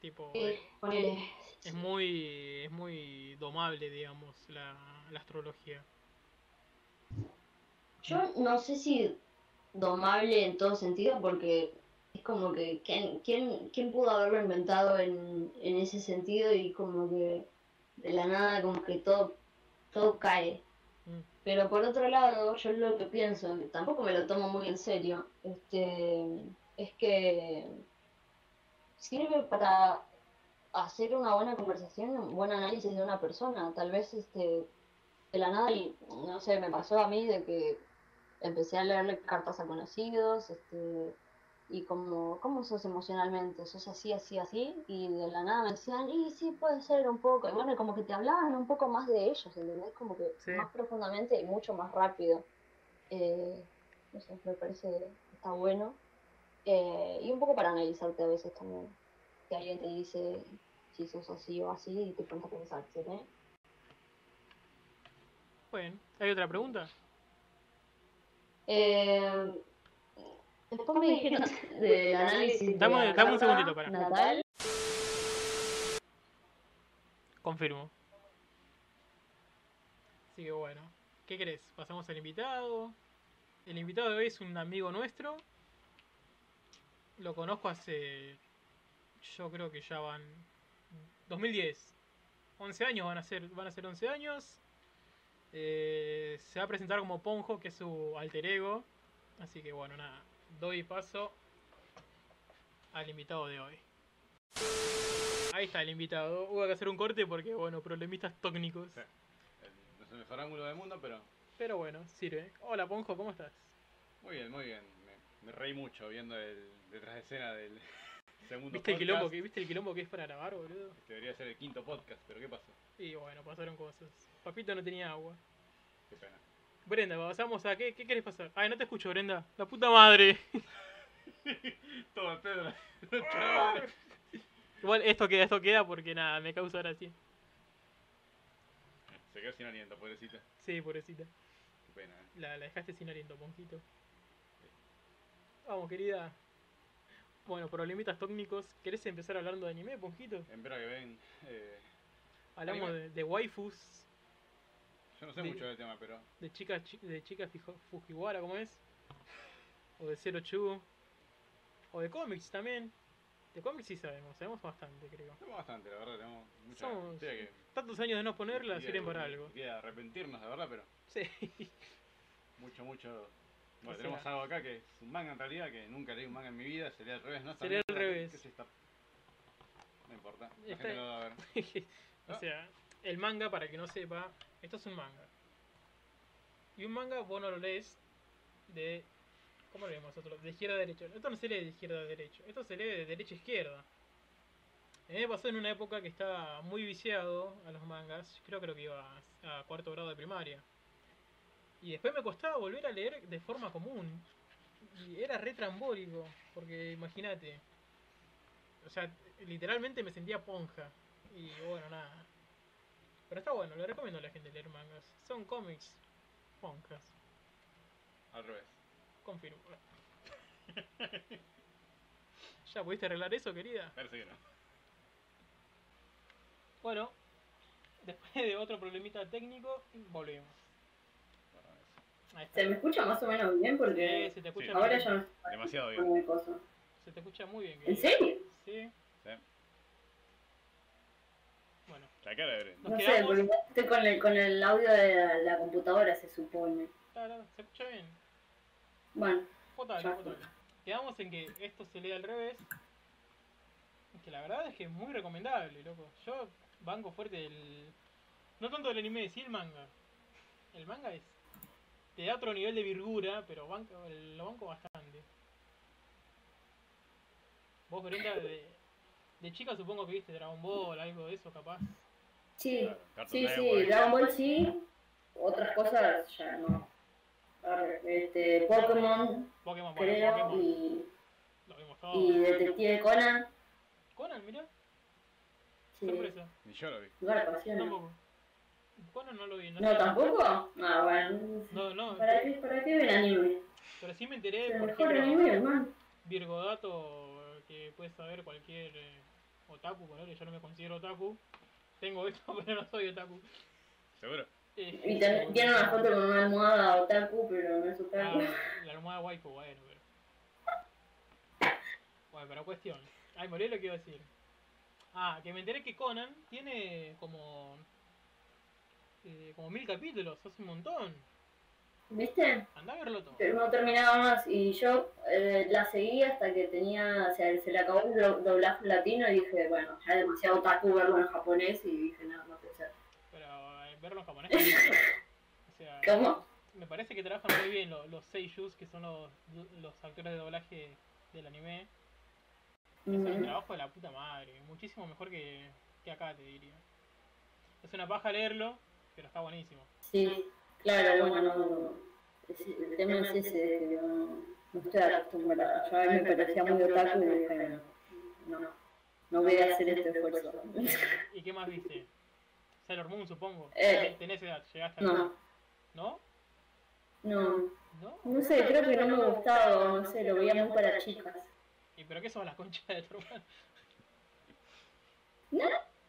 [SPEAKER 1] Tipo,
[SPEAKER 2] Sí, Eh, ponele.
[SPEAKER 1] es muy es muy domable, digamos, la, la astrología.
[SPEAKER 2] Yo no sé si domable en todo sentido, porque es como que quién, quién, quién pudo haberlo inventado en, en ese sentido y como que de la nada como que todo, todo cae.
[SPEAKER 1] Mm.
[SPEAKER 2] Pero por otro lado, yo lo que pienso, que tampoco me lo tomo muy en serio, este, es que sirve para hacer una buena conversación, un buen análisis de una persona. Tal vez este, de la nada, y no sé, me pasó a mí de que empecé a leerle cartas a conocidos, este, y como, ¿cómo sos emocionalmente? ¿Sos así, así, así? Y de la nada me decían, y sí, puede ser un poco, y bueno, como que te hablaban un poco más de ellos, ¿entendés? Como que
[SPEAKER 1] Sí.
[SPEAKER 2] más profundamente y mucho más rápido. Eh, no sé, me parece que está bueno. Eh, y un poco para analizarte a veces también. Que alguien te dice si sos así o así y te pones a pensar, ¿entendés?
[SPEAKER 1] Bueno, ¿hay otra pregunta?
[SPEAKER 2] Eh, después me dijeron del análisis. de
[SPEAKER 1] Dame-
[SPEAKER 2] la
[SPEAKER 1] dame un
[SPEAKER 2] carta
[SPEAKER 1] segundito, pará.
[SPEAKER 2] Natal.
[SPEAKER 1] Confirmo. Así que bueno, ¿qué crees? Pasamos al invitado. El invitado de hoy es un amigo nuestro. Lo conozco hace. Yo creo que ya van. 2010. 11 años van a ser, van a ser 11 años. Eh, se va a presentar como Ponjo, que es su alter ego. Así que bueno, nada. Doy paso al invitado de hoy. Ahí está el invitado. Hubo que hacer un corte porque, bueno, problemitas técnicos.
[SPEAKER 4] Sí. El- No es el mejor ángulo del mundo, pero
[SPEAKER 1] Pero bueno, sirve. Hola Ponjo, ¿cómo estás?
[SPEAKER 4] muy bien, muy bien. Me, me reí mucho viendo el detrás de escena del, Segundo
[SPEAKER 1] ¿Viste el,
[SPEAKER 4] podcast.
[SPEAKER 1] quilombo que, ¿Viste el quilombo que es para grabar, boludo?
[SPEAKER 4] Este debería ser el quinto podcast, pero ¿qué pasó?
[SPEAKER 1] Y bueno, pasaron cosas. Papito no tenía agua.
[SPEAKER 4] Qué pena.
[SPEAKER 1] Brenda, pasamos a qué, qué querés pasar. Ay, no te escucho, Brenda. La puta madre.
[SPEAKER 4] Toma, Pedro.
[SPEAKER 1] Igual esto queda, esto queda porque nada, me causa gracia.
[SPEAKER 4] Se quedó sin aliento, pobrecita.
[SPEAKER 1] Sí, pobrecita.
[SPEAKER 4] Qué pena, eh.
[SPEAKER 1] La, la dejaste sin aliento, Ponjito. Vamos, querida. Bueno, problemitas técnicos. ¿Querés empezar hablando de anime, Ponjito?
[SPEAKER 4] Espera que ven. eh,
[SPEAKER 1] Hablamos
[SPEAKER 4] Anime.
[SPEAKER 1] de, de waifus,
[SPEAKER 4] yo no sé
[SPEAKER 1] Sí.
[SPEAKER 4] mucho del tema, pero.
[SPEAKER 1] de chicas chi- de chicas fijo- Fujiwara, ¿cómo es? O de Zero Chu. O de cómics también. De cómics sí sabemos, sabemos bastante, creo.
[SPEAKER 4] Tenemos bastante, la verdad. Tenemos mucha.
[SPEAKER 1] Somos-
[SPEAKER 4] tira que-
[SPEAKER 1] Tantos años de no ponerla
[SPEAKER 4] tira
[SPEAKER 1] sirven
[SPEAKER 4] que-
[SPEAKER 1] para algo.
[SPEAKER 4] tira de arrepentirnos, la verdad, pero.
[SPEAKER 1] Sí.
[SPEAKER 4] Mucho, mucho.
[SPEAKER 1] O sea-
[SPEAKER 4] Bueno, tenemos algo acá que es un manga en realidad, que nunca leí un manga en mi vida, sería al revés, ¿no?
[SPEAKER 1] Se lee al
[SPEAKER 4] También-
[SPEAKER 1] revés.
[SPEAKER 4] ¿Qué es esta? No importa, la
[SPEAKER 1] Está-
[SPEAKER 4] gente no lo va a ver.
[SPEAKER 1] o sea, el manga, para el que no sepa, esto es un manga. Y un manga vos no lo lees de. ¿Cómo lo leemos nosotros? De izquierda a derecha. Esto no se lee de izquierda a derecha. Esto se lee de derecha a izquierda. A mí me pasó en una época que estaba muy viciado a los mangas. Creo, creo que iba a, a cuarto grado de primaria. Y después me costaba volver a leer de forma común. Y era re trambólico. Porque imagínate. O sea, literalmente me sentía ponja. Y bueno, nada. Pero está bueno, le recomiendo a la gente leer mangas. Son cómics. Ponjas.
[SPEAKER 4] Al revés.
[SPEAKER 1] Confirmo. ¿Ya pudiste arreglar eso, querida?
[SPEAKER 4] Parece que no.
[SPEAKER 1] Bueno, después de otro problemita técnico, volvemos.
[SPEAKER 4] Bueno,
[SPEAKER 1] Ahí está.
[SPEAKER 5] ¿Se me escucha más o menos bien?
[SPEAKER 1] Sí,
[SPEAKER 5] Porque
[SPEAKER 1] se te escucha
[SPEAKER 4] Sí.
[SPEAKER 1] muy
[SPEAKER 5] ahora
[SPEAKER 1] bien.
[SPEAKER 5] ya no
[SPEAKER 4] es demasiado
[SPEAKER 5] se
[SPEAKER 4] bien.
[SPEAKER 5] pone cosa.
[SPEAKER 1] Se te escucha muy bien,
[SPEAKER 5] ¿En
[SPEAKER 1] querida.
[SPEAKER 5] serio?
[SPEAKER 1] Sí.
[SPEAKER 4] Sí.
[SPEAKER 1] Bueno,
[SPEAKER 4] La cara de Brenda.
[SPEAKER 1] nos
[SPEAKER 5] No sé,
[SPEAKER 1] quedamos.
[SPEAKER 5] porque estoy con el, con el audio de la, la computadora, se supone.
[SPEAKER 1] Claro, se escucha bien.
[SPEAKER 5] Bueno,
[SPEAKER 1] Potable,
[SPEAKER 5] Ya.
[SPEAKER 1] potable. Quedamos en que esto se lee al revés. Que la verdad es que es muy recomendable, loco. Yo banco fuerte del. No tanto del anime, sí el manga. El manga es. Te da otro nivel de virgura, pero banco, lo banco bastante. Vos, Brenda, de, de chica supongo que viste Dragon Ball, algo de eso, capaz.
[SPEAKER 5] sí,
[SPEAKER 4] Claro, Cartoon
[SPEAKER 5] sí, sí,
[SPEAKER 4] Network.
[SPEAKER 5] Dragon Ball sí, otras cosas ya no. A ver, Este, Pokémon,
[SPEAKER 1] Pokémon, bueno,
[SPEAKER 5] creo,
[SPEAKER 1] Pokémon.
[SPEAKER 5] y,
[SPEAKER 1] Lo vimos todo.
[SPEAKER 5] y Detective Conan.
[SPEAKER 1] Conan, mirá,
[SPEAKER 5] Sí,
[SPEAKER 1] sorpresa.
[SPEAKER 4] Ni yo lo vi.
[SPEAKER 5] no la conocía, ¿no?
[SPEAKER 1] Tampoco. Conan no lo vi, no
[SPEAKER 5] ¿No
[SPEAKER 1] sé.
[SPEAKER 5] tampoco? Ah, bueno.
[SPEAKER 1] No, no,
[SPEAKER 5] ¿Para qué, para qué ven anime?
[SPEAKER 1] Pero sí me enteré,
[SPEAKER 5] El
[SPEAKER 1] por
[SPEAKER 5] mejor
[SPEAKER 1] ejemplo,
[SPEAKER 5] anime, hermano.
[SPEAKER 1] Virgodato, que puede saber cualquier eh, otaku, ponele, yo no me considero otaku. Tengo esto, pero no soy otaku.
[SPEAKER 4] ¿Seguro?
[SPEAKER 1] Eh,
[SPEAKER 5] Y ten- tiene una foto con una almohada otaku, pero no es
[SPEAKER 1] Ah,
[SPEAKER 5] otaku.
[SPEAKER 1] la almohada waifu, bueno, pero. Bueno, pero cuestión. Ay, me olvidé lo que iba a decir. Ah, que me enteré que Conan tiene como. eh, como mil capítulos, hace un montón.
[SPEAKER 5] ¿Viste?
[SPEAKER 1] Andá a verlo todo.
[SPEAKER 5] Pero no terminaba más y yo eh, la seguí hasta que tenía, o sea, se le acabó el do- doblaje latino y dije, bueno, ya es demasiado taku verlo en japonés y dije, no, no puede ser.
[SPEAKER 1] Pero eh, verlo en japonés. también. O sea,
[SPEAKER 5] ¿Cómo?
[SPEAKER 1] me parece que trabajan muy bien lo- los seiyus, que son los, los actores de doblaje del anime. Es un
[SPEAKER 5] Mm,
[SPEAKER 1] trabajo de la puta madre, muchísimo mejor que, que acá, te diría. Es una paja leerlo, pero está buenísimo.
[SPEAKER 5] sí, claro, bueno, es- el tema es ese, que no, no estoy acostumbrada. Yo a mí me parecía muy otaku y dije, no, no, no voy a hacer este esfuerzo.
[SPEAKER 1] ¿Y qué más viste? Sailor Moon, supongo.
[SPEAKER 5] Eh.
[SPEAKER 1] Tenés edad, llegaste a
[SPEAKER 5] No,
[SPEAKER 1] ¿No?
[SPEAKER 5] no,
[SPEAKER 1] ¿No?
[SPEAKER 5] no sé, creo que no me gustaba, no sé, lo veía muy para chicas.
[SPEAKER 1] ¿Y pero qué sos la concha de tu hermano?
[SPEAKER 5] No.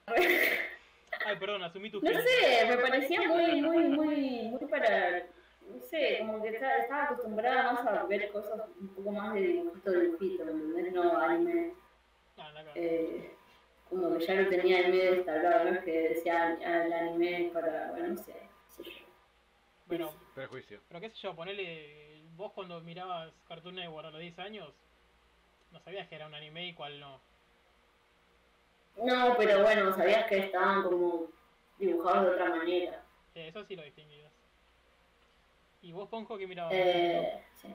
[SPEAKER 1] Ay, perdón, asumí tus
[SPEAKER 5] No
[SPEAKER 1] penas.
[SPEAKER 5] sé, me parecía muy, muy, muy, muy para. No sé, como que estaba, estaba acostumbrada más a ver cosas un poco más de dibujito de dibujito, ¿me entendés? No anime.
[SPEAKER 1] Ah, anda acá.
[SPEAKER 5] eh, como que ya lo tenía en medio establado, ¿no? Que decía "Ah, el anime es para. Bueno, no sé, qué sé yo.
[SPEAKER 1] Bueno,
[SPEAKER 4] Prejuicio.
[SPEAKER 1] Pero qué sé yo, ponele. Vos cuando mirabas Cartoon Network a los 10 años, no sabías que era un anime y cuál no.
[SPEAKER 5] No, pero bueno, sabías que estaban como dibujados de otra manera.
[SPEAKER 1] Eh, Eso sí lo distinguías. ¿Y vos, Ponjo, qué mirabas?
[SPEAKER 5] Eh, sí.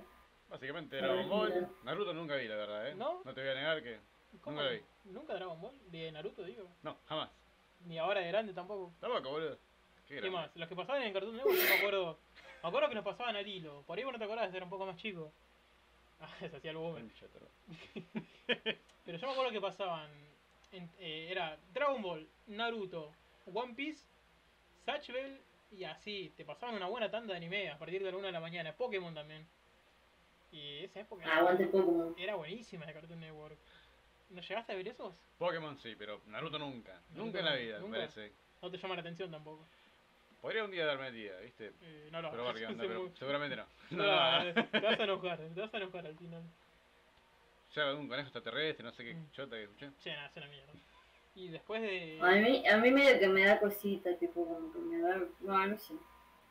[SPEAKER 4] Básicamente
[SPEAKER 5] A ver,
[SPEAKER 4] Dragon Ball.
[SPEAKER 5] mira.
[SPEAKER 4] Naruto nunca vi, la verdad, ¿eh?
[SPEAKER 1] ¿No?
[SPEAKER 4] te voy a negar que
[SPEAKER 1] ¿Cómo?
[SPEAKER 4] Nunca lo vi.
[SPEAKER 1] ¿Nunca Dragon Ball? De Naruto, digo.
[SPEAKER 4] No, jamás.
[SPEAKER 1] Ni ahora de grande tampoco.
[SPEAKER 4] Tampoco, boludo.
[SPEAKER 1] ¿Qué
[SPEAKER 4] Qué grande.
[SPEAKER 1] más? Los que pasaban en Cartoon Network, yo me acuerdo. Me acuerdo que nos pasaban al hilo. Por ahí vos no te acordás, era un poco más chico. Ah, se hacía el boomer.
[SPEAKER 4] Concha, toro.
[SPEAKER 1] Pero yo me acuerdo que pasaban. en- eh, era Dragon Ball, Naruto, One Piece, Zatch Bell y así. Te pasaban una buena tanda de anime a partir de la 1 de la mañana. Pokémon también. Y esa época era-
[SPEAKER 5] Aguante Pokémon.
[SPEAKER 1] era buenísima de Cartoon Network. ¿No llegaste a ver esos?
[SPEAKER 4] Pokémon sí, pero Naruto nunca. Nunca en la vida, me
[SPEAKER 1] Nunca.
[SPEAKER 4] parece.
[SPEAKER 1] No te llama la atención tampoco.
[SPEAKER 4] Podría un día darme el día, ¿viste?
[SPEAKER 1] Eh, no lo
[SPEAKER 4] Probar qué onda,
[SPEAKER 1] Soy
[SPEAKER 4] pero
[SPEAKER 1] muy-
[SPEAKER 4] seguramente no.
[SPEAKER 1] No,
[SPEAKER 4] No, no, no.
[SPEAKER 1] Ah, te vas a enojar, te vas a enojar al final.
[SPEAKER 4] Ya un conejo extraterrestre, no sé qué
[SPEAKER 1] Mm.
[SPEAKER 4] chota que escuché.
[SPEAKER 1] Che, nada, es una mierda. Y después de.
[SPEAKER 5] A mí, a mí medio que me da cosita, tipo, como que me da. No, no sé.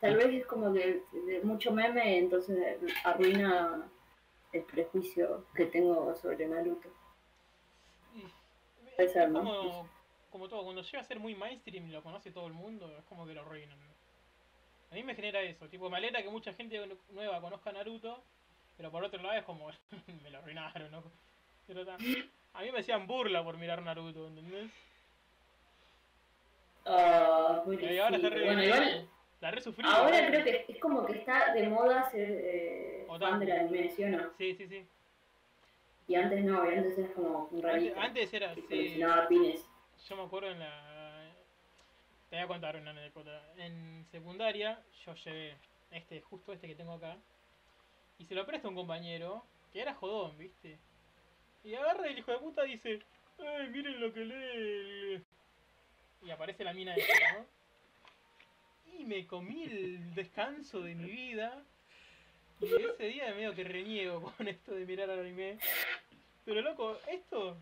[SPEAKER 5] Tal vez es como que de mucho meme, entonces arruina el prejuicio que tengo sobre Naruto.
[SPEAKER 1] Es-
[SPEAKER 5] puede
[SPEAKER 1] es
[SPEAKER 5] ser, ¿no?
[SPEAKER 1] como, como todo, cuando llega a ser muy mainstream y lo conoce todo el mundo, es como que lo arruinan. A mí me genera eso, tipo, me alegra que mucha gente nu- nueva conozca Naruto, pero por otro lado es como, me lo arruinaron, ¿no? Pero ta, a mí me hacían burla por mirar Naruto, ¿entendés?
[SPEAKER 5] Ah, bueno,
[SPEAKER 1] Y ahora
[SPEAKER 5] sí.
[SPEAKER 1] está re
[SPEAKER 5] Bueno, igual,
[SPEAKER 1] La re sufrí,
[SPEAKER 5] ahora
[SPEAKER 1] boludo.
[SPEAKER 5] creo que es como que está de moda ser eh,
[SPEAKER 1] Otaku.
[SPEAKER 5] fan de la dimensión,
[SPEAKER 1] Sí, sí, sí.
[SPEAKER 5] Y antes no, y antes era como un
[SPEAKER 1] Antes,
[SPEAKER 5] rarito.
[SPEAKER 1] antes era,
[SPEAKER 5] que
[SPEAKER 1] sí,
[SPEAKER 5] coleccionaba pines.
[SPEAKER 1] Yo me acuerdo en la. Te voy a contar una anécdota. En secundaria, yo llevé este, justo este que tengo acá. Y se lo presto a un compañero, que era jodón, ¿viste? Y agarra y el hijo de puta dice: ¡Ay, miren lo que lee! el-". Y aparece la mina esa, ¿no? Y me comí el descanso de mi vida. Y ese día medio que reniego con esto de mirar al anime. Pero loco, esto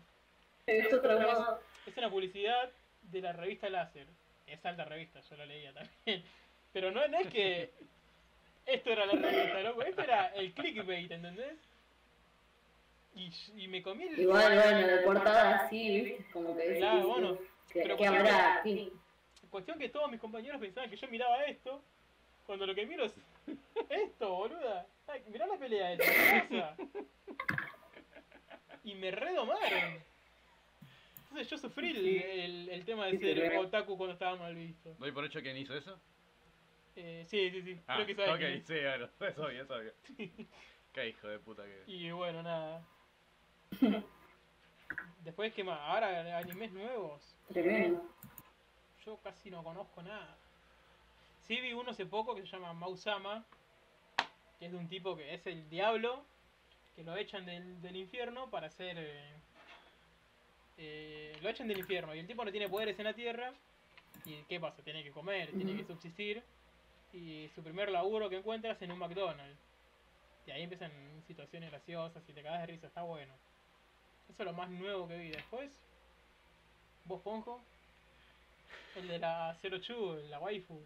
[SPEAKER 5] Esto traumado.
[SPEAKER 1] es una publicidad de la revista Láser. Es alta revista, yo la leía también. Pero no, no es que esto era la revista, loco. Esto era el clickbait, ¿entendés? Y, y me comí el...
[SPEAKER 5] Igual, bueno, de portada así, ¿viste? como que decís,
[SPEAKER 1] Claro, bueno,
[SPEAKER 5] que,
[SPEAKER 1] pero
[SPEAKER 5] que habrá aquí.
[SPEAKER 1] Cuestión que todos mis compañeros pensaban que yo miraba esto, cuando lo que miro es esto, boluda. Ay, mirá la pelea esta, ¿qué pasa? Y me redomaron. Entonces yo sufrí el, el- el tema de
[SPEAKER 5] Sí, te
[SPEAKER 1] ser
[SPEAKER 5] creo.
[SPEAKER 1] otaku cuando estaba mal visto.
[SPEAKER 4] ¿Doy por hecho quién hizo eso?
[SPEAKER 1] Eh, sí, sí, sí,
[SPEAKER 4] Ah,
[SPEAKER 1] creo que sabes
[SPEAKER 4] ok,
[SPEAKER 1] quién es.
[SPEAKER 4] sí, claro. Es obvio, es obvio. Qué hijo de puta que.
[SPEAKER 1] Y bueno, nada. Después, ¿qué más? Ahora animes nuevos.
[SPEAKER 5] Tremendo.
[SPEAKER 1] Yo casi no conozco nada. Sí vi uno hace poco que se llama Mausama, que es de un tipo que es el diablo, que lo echan del, del infierno para hacer... eh, eh, lo echan del infierno y el tipo no tiene poderes en la tierra. ¿Y qué pasa? Tiene que comer, tiene que
[SPEAKER 5] Ujú.
[SPEAKER 1] subsistir. Y su primer laburo que encuentras en un McDonald's. Y ahí empiezan situaciones graciosas y te cagas de risa, está bueno. Eso es lo más nuevo que vi después. Vos, Ponjo. El de la 02, la waifu.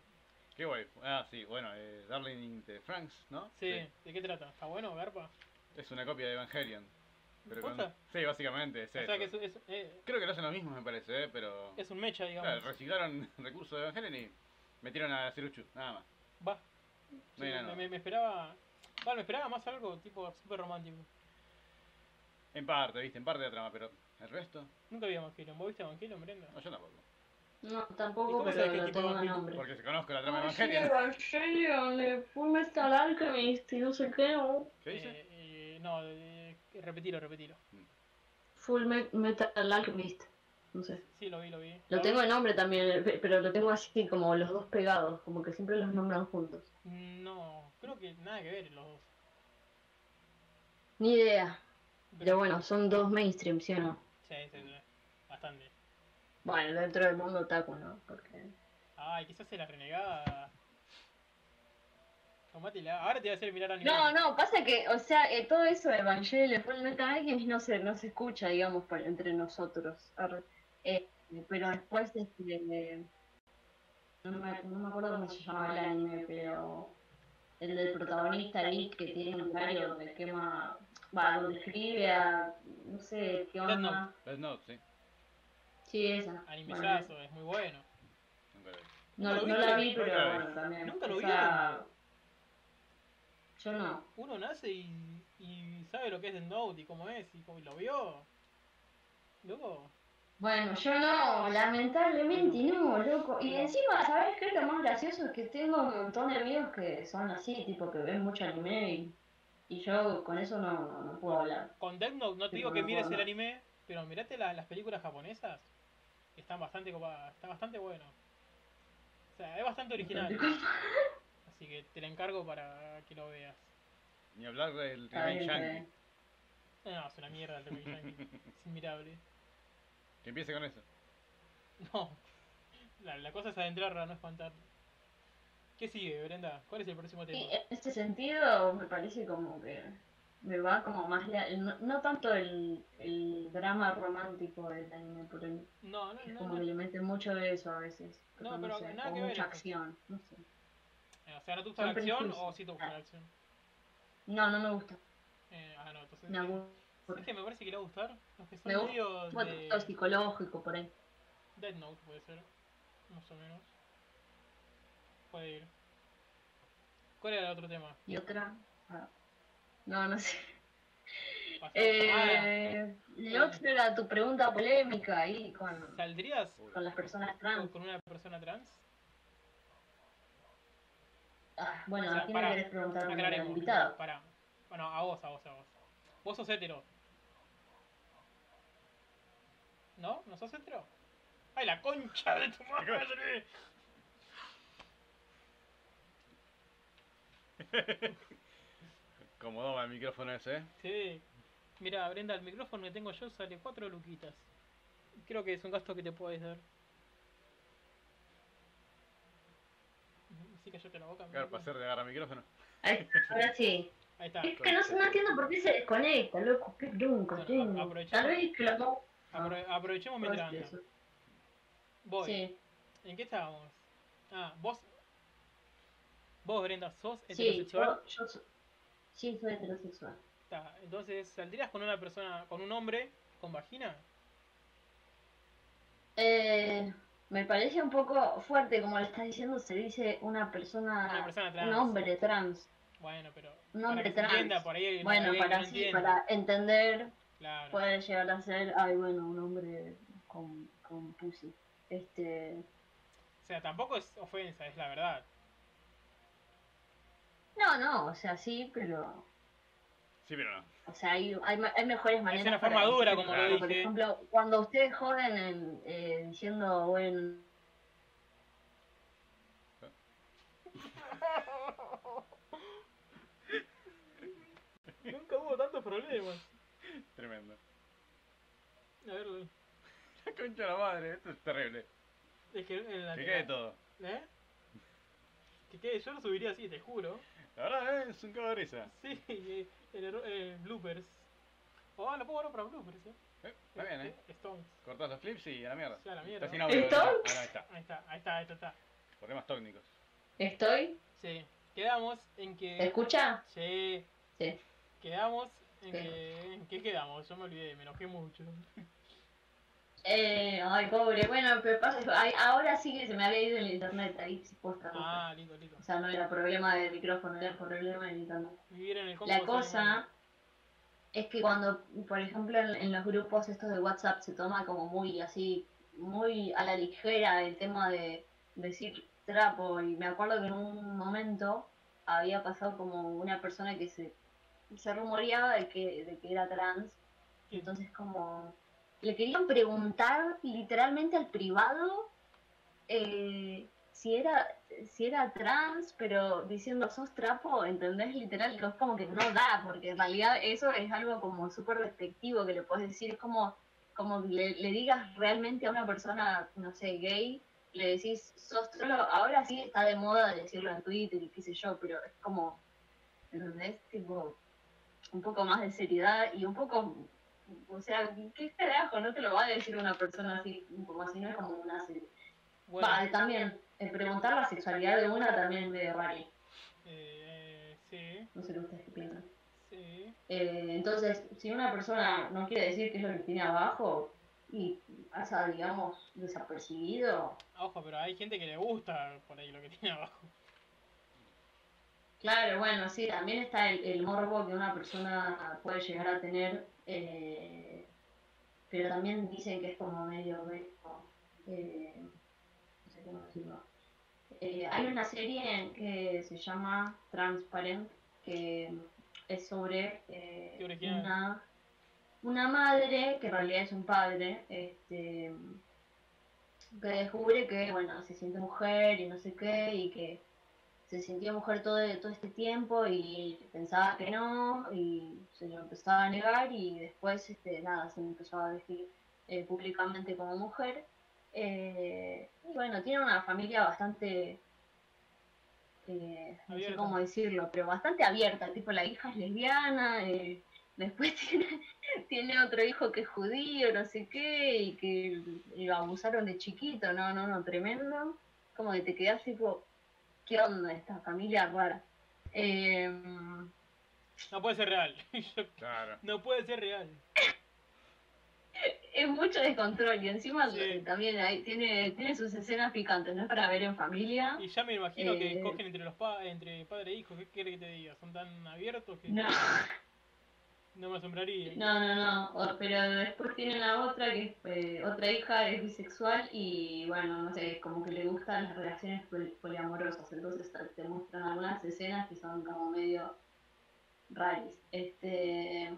[SPEAKER 4] Qué guay. Ah, sí, bueno, eh, Darling in the Franks, ¿no?
[SPEAKER 1] Sí, ¿de qué trata? ¿Está bueno, Garpa?
[SPEAKER 4] Es una copia de Evangelion. Pero con...
[SPEAKER 1] ¿Posta?
[SPEAKER 4] Sí, básicamente, es
[SPEAKER 1] o
[SPEAKER 4] eso.
[SPEAKER 1] sea que es, es- eh,
[SPEAKER 4] Creo que lo hacen lo mismo, me parece, ¿eh? pero.
[SPEAKER 1] es un mecha, digamos.
[SPEAKER 4] Claro, reciclaron recursos de Evangelion y metieron a Ceruchu, nada más.
[SPEAKER 1] Va.
[SPEAKER 4] No
[SPEAKER 1] Sí,
[SPEAKER 4] hay nada
[SPEAKER 1] me,
[SPEAKER 4] nuevo.
[SPEAKER 1] me- me esperaba. Bueno, me esperaba más algo tipo súper romántico.
[SPEAKER 4] En parte, viste, en parte de la trama, pero el resto,
[SPEAKER 1] Nunca vi Evangelion. ¿Vos viste Evangelion, Brenda?
[SPEAKER 4] no, yo tampoco.
[SPEAKER 2] No,
[SPEAKER 1] ¿Y cómo
[SPEAKER 2] tampoco,
[SPEAKER 1] sabes
[SPEAKER 2] pero
[SPEAKER 1] qué
[SPEAKER 2] no
[SPEAKER 1] tipo de
[SPEAKER 2] tengo
[SPEAKER 1] film?
[SPEAKER 2] nombre.
[SPEAKER 4] Porque se conozco la trama de
[SPEAKER 1] Ah,
[SPEAKER 2] Ay, sí,
[SPEAKER 4] Evangelion.
[SPEAKER 2] Evangelion, de Full Metal Alchemist y no sé qué. ¿no?
[SPEAKER 4] ¿Qué dice?
[SPEAKER 1] Eh, eh, no, eh, repetilo, repetilo.
[SPEAKER 2] Full Me- Metal Alchemist. No sé.
[SPEAKER 1] Sí, lo vi, lo vi.
[SPEAKER 2] Lo tengo de nombre también, pe- pero lo tengo así como los dos pegados, como que siempre los nombran juntos.
[SPEAKER 1] Mm, No, creo que nada que ver los dos.
[SPEAKER 2] Ni idea. Pero bueno, son dos mainstream, ¿sí o no?
[SPEAKER 1] Sí, sí, sí. Bastante.
[SPEAKER 2] Bueno, dentro del mundo otaku, ¿no? Porque...
[SPEAKER 1] Ay, quizás es la renegada. Tomátela. Ahora te voy a hacer mirar anime.
[SPEAKER 5] No, no, pasa que, o sea, eh, todo eso de Evangelion, Full Metal Alchemist no se, no se escucha, digamos, por- entre nosotros. Arre. Eh, pero después, este, eh,
[SPEAKER 2] No me, no me acuerdo cómo se llamaba el anime, pero... El del protagonista Nick que tiene un diario donde quema... Va, donde escribe a... No sé, qué
[SPEAKER 1] Death
[SPEAKER 2] onda.
[SPEAKER 4] Death Note, sí.
[SPEAKER 2] Sí, esa.
[SPEAKER 1] Animezazo, es muy bueno.
[SPEAKER 4] Nunca lo vi.
[SPEAKER 2] No,
[SPEAKER 1] ¿Nunca lo
[SPEAKER 2] no
[SPEAKER 1] viste?
[SPEAKER 2] la vi, pero
[SPEAKER 4] Nunca la vi.
[SPEAKER 2] bueno, también.
[SPEAKER 1] ¿Nunca lo
[SPEAKER 2] o sea, Yo no.
[SPEAKER 1] Uno nace y, y sabe lo que es el Note y cómo es y cómo y lo vio. Loco.
[SPEAKER 2] Bueno, yo no, lamentablemente no, loco. Y encima, ¿sabes qué es lo más gracioso? Es que tengo un montón de amigos que son así, tipo que ven mucho anime y, y yo con eso no, no, no puedo hablar.
[SPEAKER 1] Con Death Note no te
[SPEAKER 2] Sí,
[SPEAKER 1] digo
[SPEAKER 2] no
[SPEAKER 1] que
[SPEAKER 2] me
[SPEAKER 1] mires
[SPEAKER 2] acuerdo.
[SPEAKER 1] el anime, pero mirate la- las películas japonesas. Están bastante copadas, está bastante bueno. O sea, es bastante original. Así que te la encargo para que lo veas.
[SPEAKER 4] Ni hablar del
[SPEAKER 2] Está
[SPEAKER 4] remake
[SPEAKER 2] bien,
[SPEAKER 4] yankee.
[SPEAKER 2] eh.
[SPEAKER 1] Eh, No, es una mierda el Termin Yankee. Es inmirable.
[SPEAKER 4] Que empiece con eso.
[SPEAKER 1] No. La, la cosa es adentrarla, no espantar. ¿Qué sigue, Brenda? ¿Cuál es el próximo tema?
[SPEAKER 2] Y en ese sentido, me parece como que me va como más. la- no, no tanto el, el drama romántico del anime, por el,
[SPEAKER 1] No, no,
[SPEAKER 2] es
[SPEAKER 1] no.
[SPEAKER 2] como
[SPEAKER 1] no.
[SPEAKER 2] que le mete mucho de eso a veces.
[SPEAKER 1] No, pero
[SPEAKER 2] sé,
[SPEAKER 1] nada
[SPEAKER 2] o
[SPEAKER 1] que ver
[SPEAKER 2] mucha
[SPEAKER 1] eso.
[SPEAKER 2] acción, no sé.
[SPEAKER 1] Eh, O sea, ¿no te gusta la
[SPEAKER 2] Son
[SPEAKER 1] acción
[SPEAKER 2] prejuicios.
[SPEAKER 1] o sí te gusta la acción?
[SPEAKER 2] No, no me gusta,
[SPEAKER 1] Eh, ah, no, entonces.
[SPEAKER 2] me aburre.
[SPEAKER 1] ¿Sabes que me parece que le va a gustar? Los que son
[SPEAKER 2] Me gusta.
[SPEAKER 1] medio
[SPEAKER 2] Bueno,
[SPEAKER 1] de
[SPEAKER 2] todo psicológico por ahí.
[SPEAKER 1] Dead Note puede ser, más o menos. Puede ir. ¿Cuál era el otro tema?
[SPEAKER 2] Y otra. ah, No, no sé.
[SPEAKER 1] Pasar- Ah,
[SPEAKER 2] Eh, lo otro era tu pregunta polémica ahí
[SPEAKER 1] Ah,
[SPEAKER 2] con,
[SPEAKER 1] ¿Saldrías
[SPEAKER 2] con las personas trans.
[SPEAKER 1] con una persona trans?
[SPEAKER 2] Ah, bueno,
[SPEAKER 1] O sea,
[SPEAKER 2] ¿a quién
[SPEAKER 1] pará,
[SPEAKER 2] le querés
[SPEAKER 5] ah,
[SPEAKER 2] preguntar al
[SPEAKER 1] Aclaremos.
[SPEAKER 2] invitado?
[SPEAKER 1] Para. Bueno, a vos, a vos, a vos. Vos sos hetero. ¿No? ¿No sos hetero? ¡Ay, la concha de tu madre!
[SPEAKER 4] Como doma el micrófono ese, ¿eh?
[SPEAKER 1] Sí. Mira, Brenda, el micrófono que tengo yo sale 4 luquitas. Creo que es un gasto que te puedes dar. Sí, callate la boca.
[SPEAKER 4] Claro, para
[SPEAKER 1] mira.
[SPEAKER 4] hacer de agarra micrófono.
[SPEAKER 2] Ahí, ahora sí.
[SPEAKER 1] Ahí está.
[SPEAKER 2] Es que no, sé, no entiendo por qué se desconecta, loco. Qué bronca
[SPEAKER 1] Bueno,
[SPEAKER 2] tengo.
[SPEAKER 1] aprovechemos.
[SPEAKER 2] Tal vez que lo no-
[SPEAKER 1] Apro- aprovechemos
[SPEAKER 2] no,
[SPEAKER 1] mientras anda.
[SPEAKER 2] eso.
[SPEAKER 1] Voy.
[SPEAKER 2] Sí,
[SPEAKER 1] ¿En qué estábamos? Ah, vos. Vos, Brenda, sos
[SPEAKER 2] sí,
[SPEAKER 1] heterosexual.
[SPEAKER 2] yo, yo soy, sí, soy heterosexual.
[SPEAKER 1] Está, entonces, ¿saldrías con una persona, con un hombre con vagina?
[SPEAKER 2] Eh, me parece un poco fuerte, como le estás diciendo, se dice una
[SPEAKER 1] Una
[SPEAKER 2] persona,
[SPEAKER 1] persona trans.
[SPEAKER 2] Ah, un hombre trans.
[SPEAKER 1] Bueno, pero.
[SPEAKER 2] Un
[SPEAKER 1] para
[SPEAKER 2] hombre
[SPEAKER 1] que se
[SPEAKER 2] trans.
[SPEAKER 1] entienda, por ahí hay
[SPEAKER 2] Bueno,
[SPEAKER 1] alguien que
[SPEAKER 2] para
[SPEAKER 1] no
[SPEAKER 2] sí,
[SPEAKER 1] entiende.
[SPEAKER 2] para entender,
[SPEAKER 1] Claro.
[SPEAKER 2] puede llegar a ser, ay, bueno, un hombre con, con pussy. Este,
[SPEAKER 1] O sea, tampoco es ofensa, es la verdad.
[SPEAKER 2] no, no, o sea, sí, pero,
[SPEAKER 4] Sí, pero no.
[SPEAKER 2] o sea, hay, hay, ma- hay mejores maneras.
[SPEAKER 1] una
[SPEAKER 2] para
[SPEAKER 1] forma dura,
[SPEAKER 2] decirlo,
[SPEAKER 4] como lo
[SPEAKER 2] Por
[SPEAKER 1] dije.
[SPEAKER 2] ejemplo, cuando ustedes joden en- eh, diciendo, bueno,
[SPEAKER 1] Nunca hubo tantos problemas.
[SPEAKER 4] Tremendo.
[SPEAKER 1] A ver,
[SPEAKER 4] La concha de la madre, esto es terrible.
[SPEAKER 1] es que en la
[SPEAKER 4] Que quede todo.
[SPEAKER 1] ¿Eh? Que quede, yo lo subiría así, te juro.
[SPEAKER 4] La verdad eh, es un cago de risa.
[SPEAKER 1] Sí, eh, el error- eh, bloopers. Oh, lo puedo guardar para bloopers, eh.
[SPEAKER 4] Eh, Está bien, eh.
[SPEAKER 1] Stones.
[SPEAKER 4] Cortás los flips y a la mierda.
[SPEAKER 1] Sí, a la mierda.
[SPEAKER 4] Está sin audio.
[SPEAKER 2] ¿Esto?
[SPEAKER 4] ahora mismo. Ahora está.
[SPEAKER 1] Ahí está, ahí está, ahí está, está.
[SPEAKER 4] Problemas técnicos.
[SPEAKER 2] ¿estoy?
[SPEAKER 1] Sí. Quedamos en
[SPEAKER 2] ¿Se
[SPEAKER 1] que.
[SPEAKER 2] escucha?
[SPEAKER 1] Sí.
[SPEAKER 2] Sí.
[SPEAKER 1] Quedamos en
[SPEAKER 2] Sí.
[SPEAKER 1] que. ¿En qué quedamos? Yo me olvidé, me enojé mucho.
[SPEAKER 2] Eh, ay, pobre, bueno, pero pasa, ay, ahora sí que se me había ido el internet, ahí sí puedo estar.
[SPEAKER 1] Ah, lindo, lindo.
[SPEAKER 2] O sea, no era problema del micrófono, era problema del internet.
[SPEAKER 1] Vivir en el combo
[SPEAKER 2] La
[SPEAKER 1] de
[SPEAKER 2] cosa
[SPEAKER 1] Salomón.
[SPEAKER 2] es que cuando, por ejemplo, en, en los grupos estos de WhatsApp se toma como muy así, muy a la ligera el tema de decir trapo. Y me acuerdo que en un momento había pasado como una persona que se, se rumoreaba de que, de que era trans.
[SPEAKER 1] Sí.
[SPEAKER 2] Entonces como le querían preguntar literalmente al privado eh, si era si era trans, pero diciendo sos trapo, ¿entendés? Literal, que es como que no da, porque en realidad eso es algo como súper despectivo que le puedes decir, es como, como le, le digas realmente a una persona, no sé, gay, le decís sos trolo, ahora sí está de moda decirlo en Twitter y qué sé yo, pero es como, ¿entendés? Tipo, un poco más de seriedad y un poco, o sea, ¿qué carajo? No te lo va a decir una persona así, como así, no es como una serie.
[SPEAKER 1] Bueno,
[SPEAKER 2] Va, y también, eh, preguntar la sexualidad de una también es medio raro.
[SPEAKER 1] eh, sí,
[SPEAKER 2] No sé lo que ustedes qué piensan.
[SPEAKER 1] sí.
[SPEAKER 2] Eh, entonces, si una persona no quiere decir que es lo que tiene abajo y pasa, digamos, desapercibido,
[SPEAKER 1] Ojo, pero hay gente que le gusta por ahí lo que tiene abajo.
[SPEAKER 2] Claro, bueno, sí, también está el, el morbo que una persona puede llegar a tener eh, pero también dicen que es como medio, medio eh, no sé cómo decirlo. Eh, hay una serie que se llama Transparent, que es sobre eh,
[SPEAKER 1] Qué original.
[SPEAKER 2] una, una madre, que en realidad es un padre, este, que descubre que bueno, se siente mujer y no sé qué, y que se sintió mujer todo, todo este tiempo y pensaba que no, y se lo empezaba a negar y después este, nada, se empezó a vestir eh, públicamente como mujer. Eh, y bueno, tiene una familia bastante, eh, no sé
[SPEAKER 1] Abierta.
[SPEAKER 2] cómo decirlo, pero bastante abierta, tipo la hija es lesbiana, eh, después tiene, tiene otro hijo que es judío, no sé qué, y que lo abusaron de chiquito, no, no, no, tremendo. Como que te quedas tipo, ¿qué onda esta familia rara? Eh,
[SPEAKER 1] No puede ser real. Yo-
[SPEAKER 4] Claro.
[SPEAKER 1] no puede ser real.
[SPEAKER 2] es mucho descontrol y encima
[SPEAKER 1] Sí.
[SPEAKER 2] eh, también ahí tiene, tiene sus escenas picantes, no es para ver en familia.
[SPEAKER 1] Y ya me imagino que
[SPEAKER 2] Eh.
[SPEAKER 1] cogen entre los pa entre padre e hijo. ¿Qué quiere que te diga? Son tan abiertos que
[SPEAKER 2] No,
[SPEAKER 1] no, me asombraría.
[SPEAKER 2] no, no, no, o- pero después tiene la otra que es, eh, otra hija es bisexual y bueno, no sé, como que le gustan las relaciones pol- poliamorosas, entonces te- te muestran algunas escenas que son como medio raris. Este,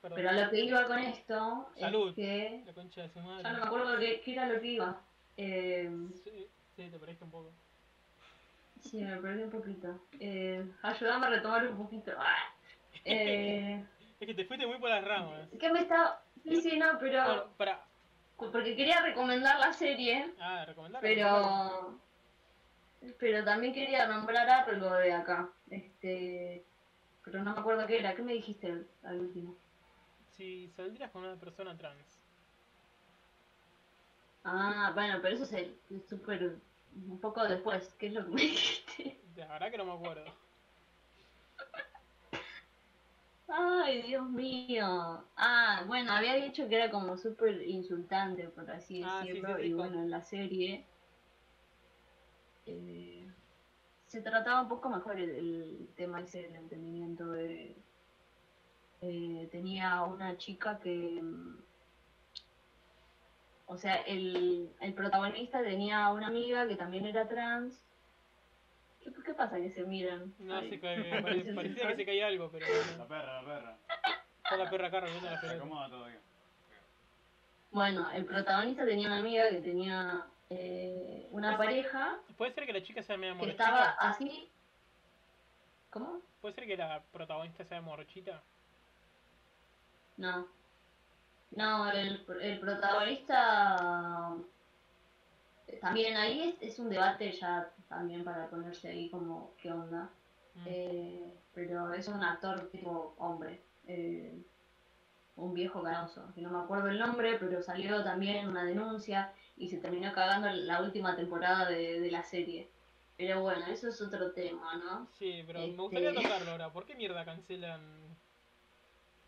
[SPEAKER 1] Perdón.
[SPEAKER 2] pero a lo que iba con esto
[SPEAKER 1] Salud.
[SPEAKER 2] es que
[SPEAKER 1] La concha de su
[SPEAKER 2] ya Ah, no me
[SPEAKER 1] madre.
[SPEAKER 2] acuerdo qué, qué era lo que iba. Eh,
[SPEAKER 1] Sí, sí, te parece un poco.
[SPEAKER 2] Sí, me perdí un poquito. Eh, ayúdame a retomar un poquito. Ah. Eh,
[SPEAKER 1] Es que te fuiste muy por las ramas.
[SPEAKER 2] ¿Qué me está...? Sí, sí, no, pero...
[SPEAKER 1] Bueno, para.
[SPEAKER 2] Porque quería recomendar la serie,
[SPEAKER 1] Ah, recomendar.
[SPEAKER 2] pero... Pero también quería nombrar algo de acá. Este... Pero no me acuerdo qué era. ¿Qué me dijiste al- al último?
[SPEAKER 1] Si saldrías con una persona trans.
[SPEAKER 2] Ah, bueno, pero eso es el- es súper... Un poco después. ¿Qué es lo que me dijiste?
[SPEAKER 1] La verdad que no me acuerdo.
[SPEAKER 2] Ay, Dios mío. Ah, bueno, había dicho que era como súper insultante, por así
[SPEAKER 1] Ah, sí, sí,
[SPEAKER 2] decirlo.
[SPEAKER 1] sí,
[SPEAKER 2] y
[SPEAKER 1] con-
[SPEAKER 2] bueno, en la serie eh, se trataba un poco mejor el, el tema ese del entendimiento. de- eh, tenía una chica que. mm, O sea, el, el protagonista tenía una amiga que también era trans. ¿Qué, qué pasa que se miran?
[SPEAKER 1] No
[SPEAKER 2] Ay.
[SPEAKER 1] sé, que- pare- parecía que se caía algo, pero.
[SPEAKER 4] La
[SPEAKER 1] Bueno,
[SPEAKER 4] perra, la perra.
[SPEAKER 1] está la perra acá rompiendo la
[SPEAKER 4] Se
[SPEAKER 1] pelota.
[SPEAKER 4] acomoda todavía.
[SPEAKER 2] Bueno, el protagonista tenía una amiga que tenía eh, una pareja
[SPEAKER 1] ¿Puede ser que la chica sea media
[SPEAKER 2] que
[SPEAKER 1] morochita?
[SPEAKER 2] estaba así. ¿Cómo?
[SPEAKER 1] ¿Puede ser que la protagonista sea morochita?
[SPEAKER 2] No. No, el, el protagonista. eh, También ahí es, es un debate ya también para ponerse ahí como qué onda.
[SPEAKER 1] Mm.
[SPEAKER 2] Eh, pero es un actor tipo hombre. eh, un viejo canoso. Que no me acuerdo el nombre, pero salió también una denuncia y se terminó cagando la última temporada de, de la serie. Pero bueno, eso es otro tema, ¿no?
[SPEAKER 1] Sí, pero me
[SPEAKER 2] Este.
[SPEAKER 1] gustaría tocarlo ahora. ¿Por qué mierda cancelan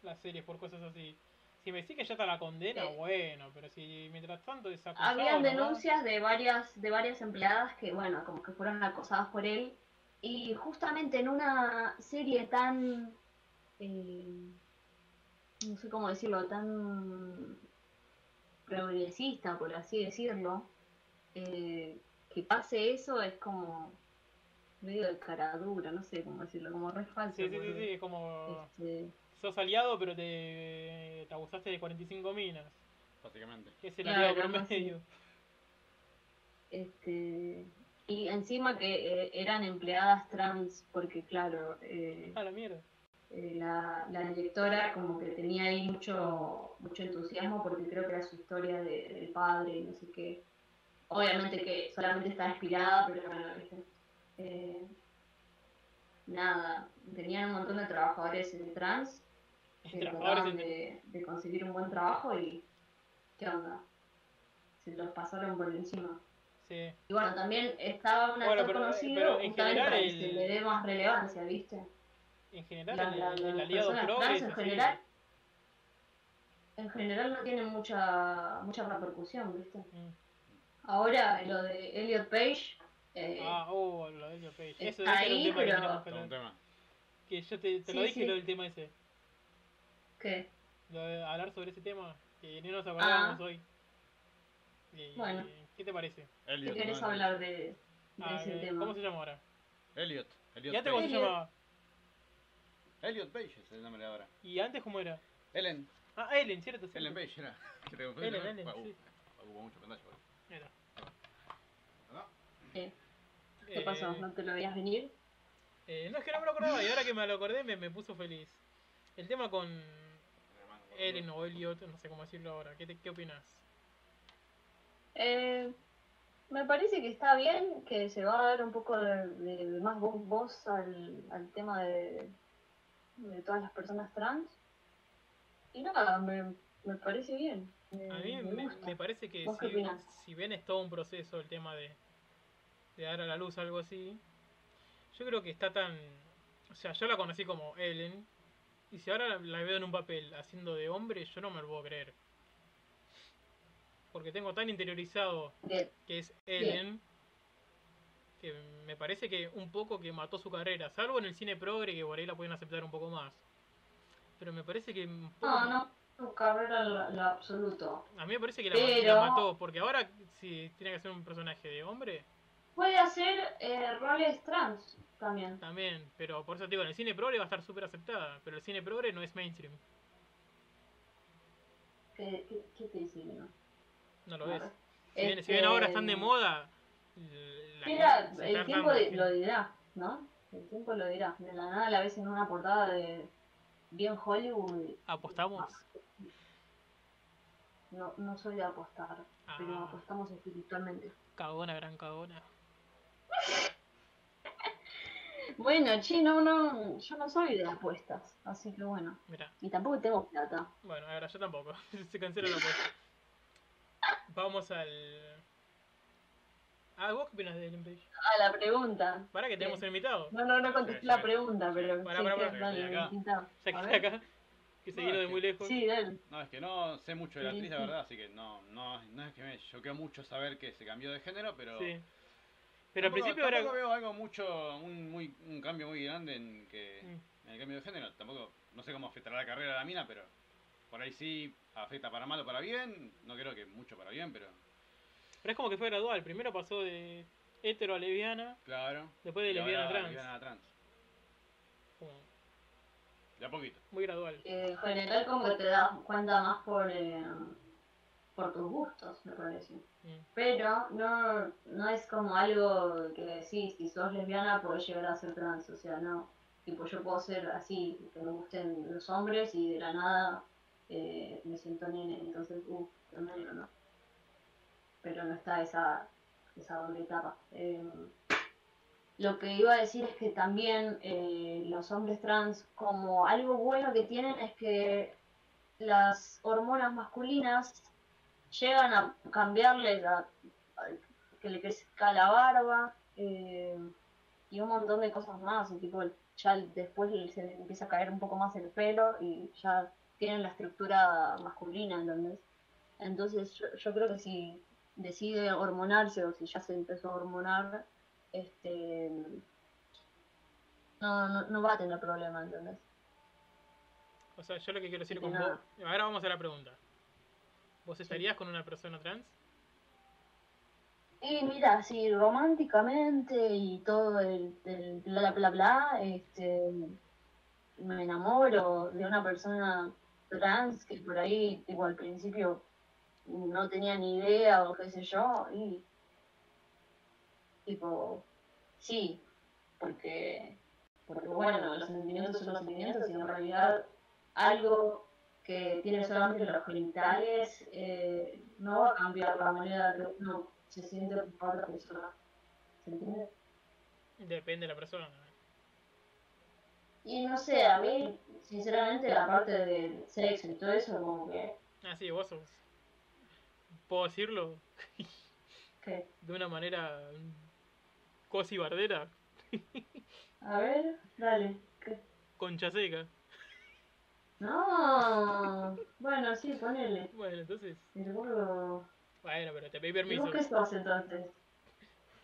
[SPEAKER 1] las series por cosas así? Si me decís que ya está la condena,
[SPEAKER 2] Eh.
[SPEAKER 1] bueno, pero si mientras tanto es acusado,
[SPEAKER 2] Habían
[SPEAKER 1] nomás,
[SPEAKER 2] denuncias de varias, de varias empleadas que, bueno, como que fueron acosadas por él. Y justamente en una serie tan. eh, no sé cómo decirlo, tan progresista, por así decirlo, eh, que pase eso es como medio de cara dura, no sé cómo decirlo, como re falso.
[SPEAKER 1] Sí, sí, sí,
[SPEAKER 2] porque,
[SPEAKER 1] sí, es como
[SPEAKER 2] este,
[SPEAKER 1] sos aliado pero te, te abusaste de 45 minas,
[SPEAKER 4] Básicamente.
[SPEAKER 1] que es el
[SPEAKER 2] Claro,
[SPEAKER 1] aliado
[SPEAKER 2] algo así.
[SPEAKER 1] promedio.
[SPEAKER 2] Este, y encima que eh, eran empleadas trans, porque claro, eh,
[SPEAKER 1] A la mierda.
[SPEAKER 2] eh, la, la directora como que tenía ahí mucho, mucho entusiasmo porque creo que era su historia de- del padre y no sé qué. Obviamente que solamente está inspirada, pero bueno, viste. Eh, nada, tenían un montón de trabajadores en trans que
[SPEAKER 1] Trabajadores
[SPEAKER 2] trataban
[SPEAKER 1] en-
[SPEAKER 2] de, de conseguir un buen trabajo y ¿qué onda? Se los pasaron por encima.
[SPEAKER 1] Sí.
[SPEAKER 2] Y bueno, también estaba un actor
[SPEAKER 1] Bueno, pero- eh,
[SPEAKER 2] conocido
[SPEAKER 1] pero en
[SPEAKER 2] justamente
[SPEAKER 1] general
[SPEAKER 2] para que
[SPEAKER 1] el-
[SPEAKER 2] se le dé más relevancia, ¿viste?
[SPEAKER 1] En
[SPEAKER 2] La-
[SPEAKER 1] general, el-
[SPEAKER 2] la-
[SPEAKER 1] el,
[SPEAKER 2] Las
[SPEAKER 1] aliado
[SPEAKER 2] personas
[SPEAKER 1] pro
[SPEAKER 2] trans
[SPEAKER 1] es
[SPEAKER 2] en
[SPEAKER 1] así.
[SPEAKER 2] general, en general no tienen mucha, mucha repercusión, ¿viste?
[SPEAKER 1] Mm.
[SPEAKER 2] Ahora lo de Elliot Page, eh,
[SPEAKER 1] Ah, oh, lo de Elliot Page. Eso ese
[SPEAKER 2] está
[SPEAKER 1] era un tema
[SPEAKER 2] ahí,
[SPEAKER 1] que
[SPEAKER 2] pero-
[SPEAKER 1] teníamos que
[SPEAKER 4] Todo un
[SPEAKER 1] hablar.
[SPEAKER 4] tema.
[SPEAKER 1] Que yo te, te lo
[SPEAKER 2] Sí,
[SPEAKER 1] dije
[SPEAKER 2] sí.
[SPEAKER 1] lo del tema ese.
[SPEAKER 2] que
[SPEAKER 1] Lo de hablar sobre ese tema. Eh, ni nos acordábamos hoy. Eh,
[SPEAKER 2] Ah. Bueno.
[SPEAKER 1] ¿Qué te parece?
[SPEAKER 2] ¿Qué
[SPEAKER 4] Elliot.
[SPEAKER 2] querés
[SPEAKER 4] no,
[SPEAKER 2] hablar de, de
[SPEAKER 1] Ah,
[SPEAKER 2] ese
[SPEAKER 1] eh,
[SPEAKER 2] tema?
[SPEAKER 1] ¿Cómo se llama ahora?
[SPEAKER 4] Elliot. Elliot,
[SPEAKER 1] Y antes cómo se
[SPEAKER 4] Page.
[SPEAKER 2] Elliot.
[SPEAKER 1] llamaba.
[SPEAKER 4] Elliot Page es el nombre de ahora.
[SPEAKER 1] Y antes cómo era.
[SPEAKER 4] Ellen.
[SPEAKER 1] Ah, Ellen, cierto. cierto.
[SPEAKER 4] Ellen Page era. Que te confundí,
[SPEAKER 1] Ellen,
[SPEAKER 4] ¿no?
[SPEAKER 1] Ellen,
[SPEAKER 4] Ah,
[SPEAKER 1] sí.
[SPEAKER 4] uh, Hubo mucho pantalla, boludo.
[SPEAKER 1] Era.
[SPEAKER 4] ¿No?
[SPEAKER 2] ¿Qué
[SPEAKER 1] Eh,
[SPEAKER 2] pasó? ¿No te lo veías venir?
[SPEAKER 1] eh, no es que no me lo acordaba y ahora que me lo acordé me, me puso feliz. El tema con
[SPEAKER 4] Hermano, boludo.
[SPEAKER 1] Ellen o Elliot, no sé cómo decirlo ahora. ¿Qué, te, qué opinas?
[SPEAKER 3] Eh, me parece que está bien que se va a dar un poco de, de más voz, voz al, al tema de, de todas las personas trans. Y nada, me, me parece bien. Me,
[SPEAKER 1] A mí
[SPEAKER 3] me
[SPEAKER 1] me,
[SPEAKER 3] gusta.
[SPEAKER 1] me parece que
[SPEAKER 3] ¿Vos qué
[SPEAKER 1] si,
[SPEAKER 3] opinás?
[SPEAKER 1] si bien es todo un proceso el tema de, de dar a la luz algo así, yo creo que está tan... O sea, yo la conocí como Ellen, y si ahora la, la veo en un papel haciendo de hombre, yo no me lo puedo creer. Porque tengo tan interiorizado
[SPEAKER 3] Bien.
[SPEAKER 1] que es Ellen, que me parece que un poco que mató su carrera, salvo en el cine progre que por ahí la pueden aceptar un poco más. Pero me parece que... un poco
[SPEAKER 3] No, Ah, no, tu carrera lo, lo absoluto.
[SPEAKER 1] a mí me parece que la, ma- la
[SPEAKER 3] Pero-
[SPEAKER 1] mató, porque ahora si tiene que ser un personaje de hombre,
[SPEAKER 3] Puede hacer eh, roles trans también.
[SPEAKER 1] también, pero por eso te digo, en el cine progre va a estar súper aceptada, pero el cine progre no es mainstream,
[SPEAKER 3] ¿Qué, qué, qué te dice, no?
[SPEAKER 1] no lo
[SPEAKER 3] Claro.
[SPEAKER 1] es. Si bien, si
[SPEAKER 3] Este,
[SPEAKER 1] bien ahora están de moda, la
[SPEAKER 3] Era-
[SPEAKER 1] gente se
[SPEAKER 3] el
[SPEAKER 1] está
[SPEAKER 3] tiempo
[SPEAKER 1] hartando,
[SPEAKER 3] de- lo dirá, ¿no? El tiempo lo dirá. De la nada la ves en una portada de bien Hollywood. y
[SPEAKER 1] ¿Apostamos?
[SPEAKER 3] No, no soy de apostar, pero
[SPEAKER 1] Ah,
[SPEAKER 3] apostamos espiritualmente.
[SPEAKER 1] cagona, gran cagona.
[SPEAKER 3] Bueno, che, no, no, yo no soy de apuestas, así que bueno.
[SPEAKER 1] Mira,
[SPEAKER 3] Y tampoco tengo plata.
[SPEAKER 1] bueno, ahora yo tampoco, se cancela la apuesta. Vamos al... Ah, ¿vos qué opinas de Ellen Page?
[SPEAKER 3] Ah, la pregunta.
[SPEAKER 1] Para que tenemos
[SPEAKER 3] Sí.
[SPEAKER 1] un invitado,
[SPEAKER 3] No, no, no contesté
[SPEAKER 4] Sí,
[SPEAKER 3] la
[SPEAKER 4] sí.
[SPEAKER 3] pregunta, pero.
[SPEAKER 1] Pará,
[SPEAKER 3] sí,
[SPEAKER 1] pará,
[SPEAKER 3] que-
[SPEAKER 1] pará,
[SPEAKER 3] dale,
[SPEAKER 4] acá.
[SPEAKER 3] intentá.
[SPEAKER 1] ya que
[SPEAKER 3] A
[SPEAKER 1] está
[SPEAKER 3] ver.
[SPEAKER 1] acá, que se
[SPEAKER 4] No,
[SPEAKER 1] vino
[SPEAKER 4] es
[SPEAKER 1] de
[SPEAKER 4] que-
[SPEAKER 1] muy lejos.
[SPEAKER 3] Sí, dale.
[SPEAKER 4] No, es que no sé mucho de la
[SPEAKER 3] Sí,
[SPEAKER 4] actriz, la
[SPEAKER 3] sí.
[SPEAKER 4] verdad, así que no, no, no es que me choqueó mucho saber que se cambió de género, pero.
[SPEAKER 1] Sí. Pero al
[SPEAKER 4] tampoco-
[SPEAKER 1] principio era...
[SPEAKER 4] tampoco veo algo mucho, un, muy, un cambio muy grande en que
[SPEAKER 1] Mm.
[SPEAKER 4] en el cambio de género. Tampoco, no sé cómo afectará la carrera de la mina, pero por ahí sí afecta para mal o para bien. No creo que mucho para bien, pero
[SPEAKER 1] Pero es como que fue gradual. Primero pasó de hetero a lesbiana,
[SPEAKER 4] claro.
[SPEAKER 1] después de
[SPEAKER 4] Y ahora
[SPEAKER 1] lesbiana a trans.
[SPEAKER 4] lesbiana a trans.
[SPEAKER 1] Como
[SPEAKER 4] De a poquito.
[SPEAKER 1] muy gradual.
[SPEAKER 3] Eh, en general, como que te das cuenta más por, eh, por tus gustos, me parece.
[SPEAKER 1] Mm.
[SPEAKER 3] Pero no, no es como algo que sí, si sos lesbiana podés llegar a ser trans, o sea, no. Tipo, yo puedo ser así, que me gusten los hombres y de la nada eh, me siento nene, entonces, uh, tremendo, ¿no? Pero no está esa, esa doble etapa. Eh, lo que iba a decir es que también eh, los hombres trans, como algo bueno que tienen es que las hormonas masculinas llegan a cambiarles a, a- que le crezca la barba eh, y un montón de cosas más y tipo ya el- después se les empieza a caer un poco más el pelo y ya tienen la estructura masculina ¿entendés? entonces yo, yo creo que si decide hormonarse o si ya se empezó a hormonar este no, no, no va a tener problema ¿entendés?
[SPEAKER 1] O sea, yo lo que quiero decir
[SPEAKER 3] Sí,
[SPEAKER 1] con vos.
[SPEAKER 3] nada.
[SPEAKER 1] Ahora vamos a la pregunta. ¿Vos estarías con una persona trans?
[SPEAKER 3] Y mira, sí, románticamente y todo el, el bla bla bla, este, me enamoro de una persona trans que por ahí, tipo al principio no tenía ni idea o qué sé yo, y tipo, sí, porque, porque bueno, los sentimientos son los sentimientos y en realidad algo que tiene solamente los genitales, eh, no va a cambiar la manera de que uno se siente por otra persona. ¿Se entiende?
[SPEAKER 1] Depende de la persona.
[SPEAKER 3] Y no sé, a mí, sinceramente, la parte del sexo y todo eso, como que.
[SPEAKER 1] Ah, sí, vos sos. ¿Puedo decirlo?
[SPEAKER 3] que
[SPEAKER 1] De una manera. mm, Cosi bardera,
[SPEAKER 3] a ver, dale. ¿qué?
[SPEAKER 1] concha seca.
[SPEAKER 3] No, bueno, sí, ponele.
[SPEAKER 1] Bueno, entonces.
[SPEAKER 3] El gordo.
[SPEAKER 1] Bueno, pero te pedí
[SPEAKER 3] ¿Y
[SPEAKER 1] permiso.
[SPEAKER 3] vos qué sos entonces?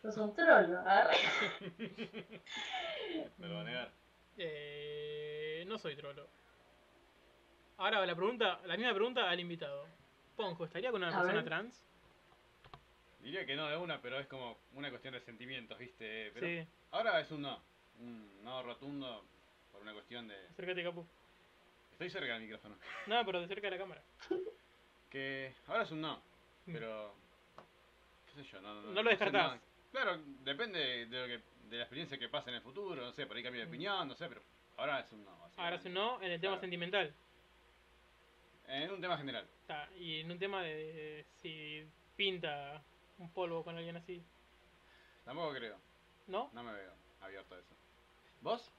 [SPEAKER 3] Sos un trolo. a ver.
[SPEAKER 4] Me
[SPEAKER 1] Mm.
[SPEAKER 4] lo va a negar.
[SPEAKER 1] Eh, no soy trolo. Ahora la pregunta, la misma pregunta al invitado. Ponjo, ¿estaría con una
[SPEAKER 2] A
[SPEAKER 1] persona
[SPEAKER 2] ver.
[SPEAKER 1] trans?
[SPEAKER 4] Diría que no de una, pero es como una cuestión de sentimientos, ¿viste? Pero
[SPEAKER 1] Sí,
[SPEAKER 4] ahora es un no. Un no rotundo por una cuestión de...
[SPEAKER 1] acércate, Capu.
[SPEAKER 4] Estoy cerca del micrófono.
[SPEAKER 1] No, pero de cerca de la cámara.
[SPEAKER 4] Que ahora es un no,
[SPEAKER 1] Mm.
[SPEAKER 4] pero... ¿Qué sé yo? No,
[SPEAKER 1] No
[SPEAKER 4] no,
[SPEAKER 1] lo
[SPEAKER 4] es un no.
[SPEAKER 1] descartás.
[SPEAKER 4] Claro, depende de, lo que, de la experiencia que pase en el futuro, no sé, por ahí cambio de
[SPEAKER 1] Mm.
[SPEAKER 4] opinión, no sé, pero ahora es un no.
[SPEAKER 1] Ahora
[SPEAKER 4] básicamente.
[SPEAKER 1] si no, en el tema
[SPEAKER 4] Claro.
[SPEAKER 1] sentimental.
[SPEAKER 4] En un tema general.
[SPEAKER 1] Ta, y en un tema de, de si pinta un polvo con alguien así.
[SPEAKER 4] Tampoco creo.
[SPEAKER 1] ¿No?
[SPEAKER 4] No me veo abierto a eso. ¿Vos?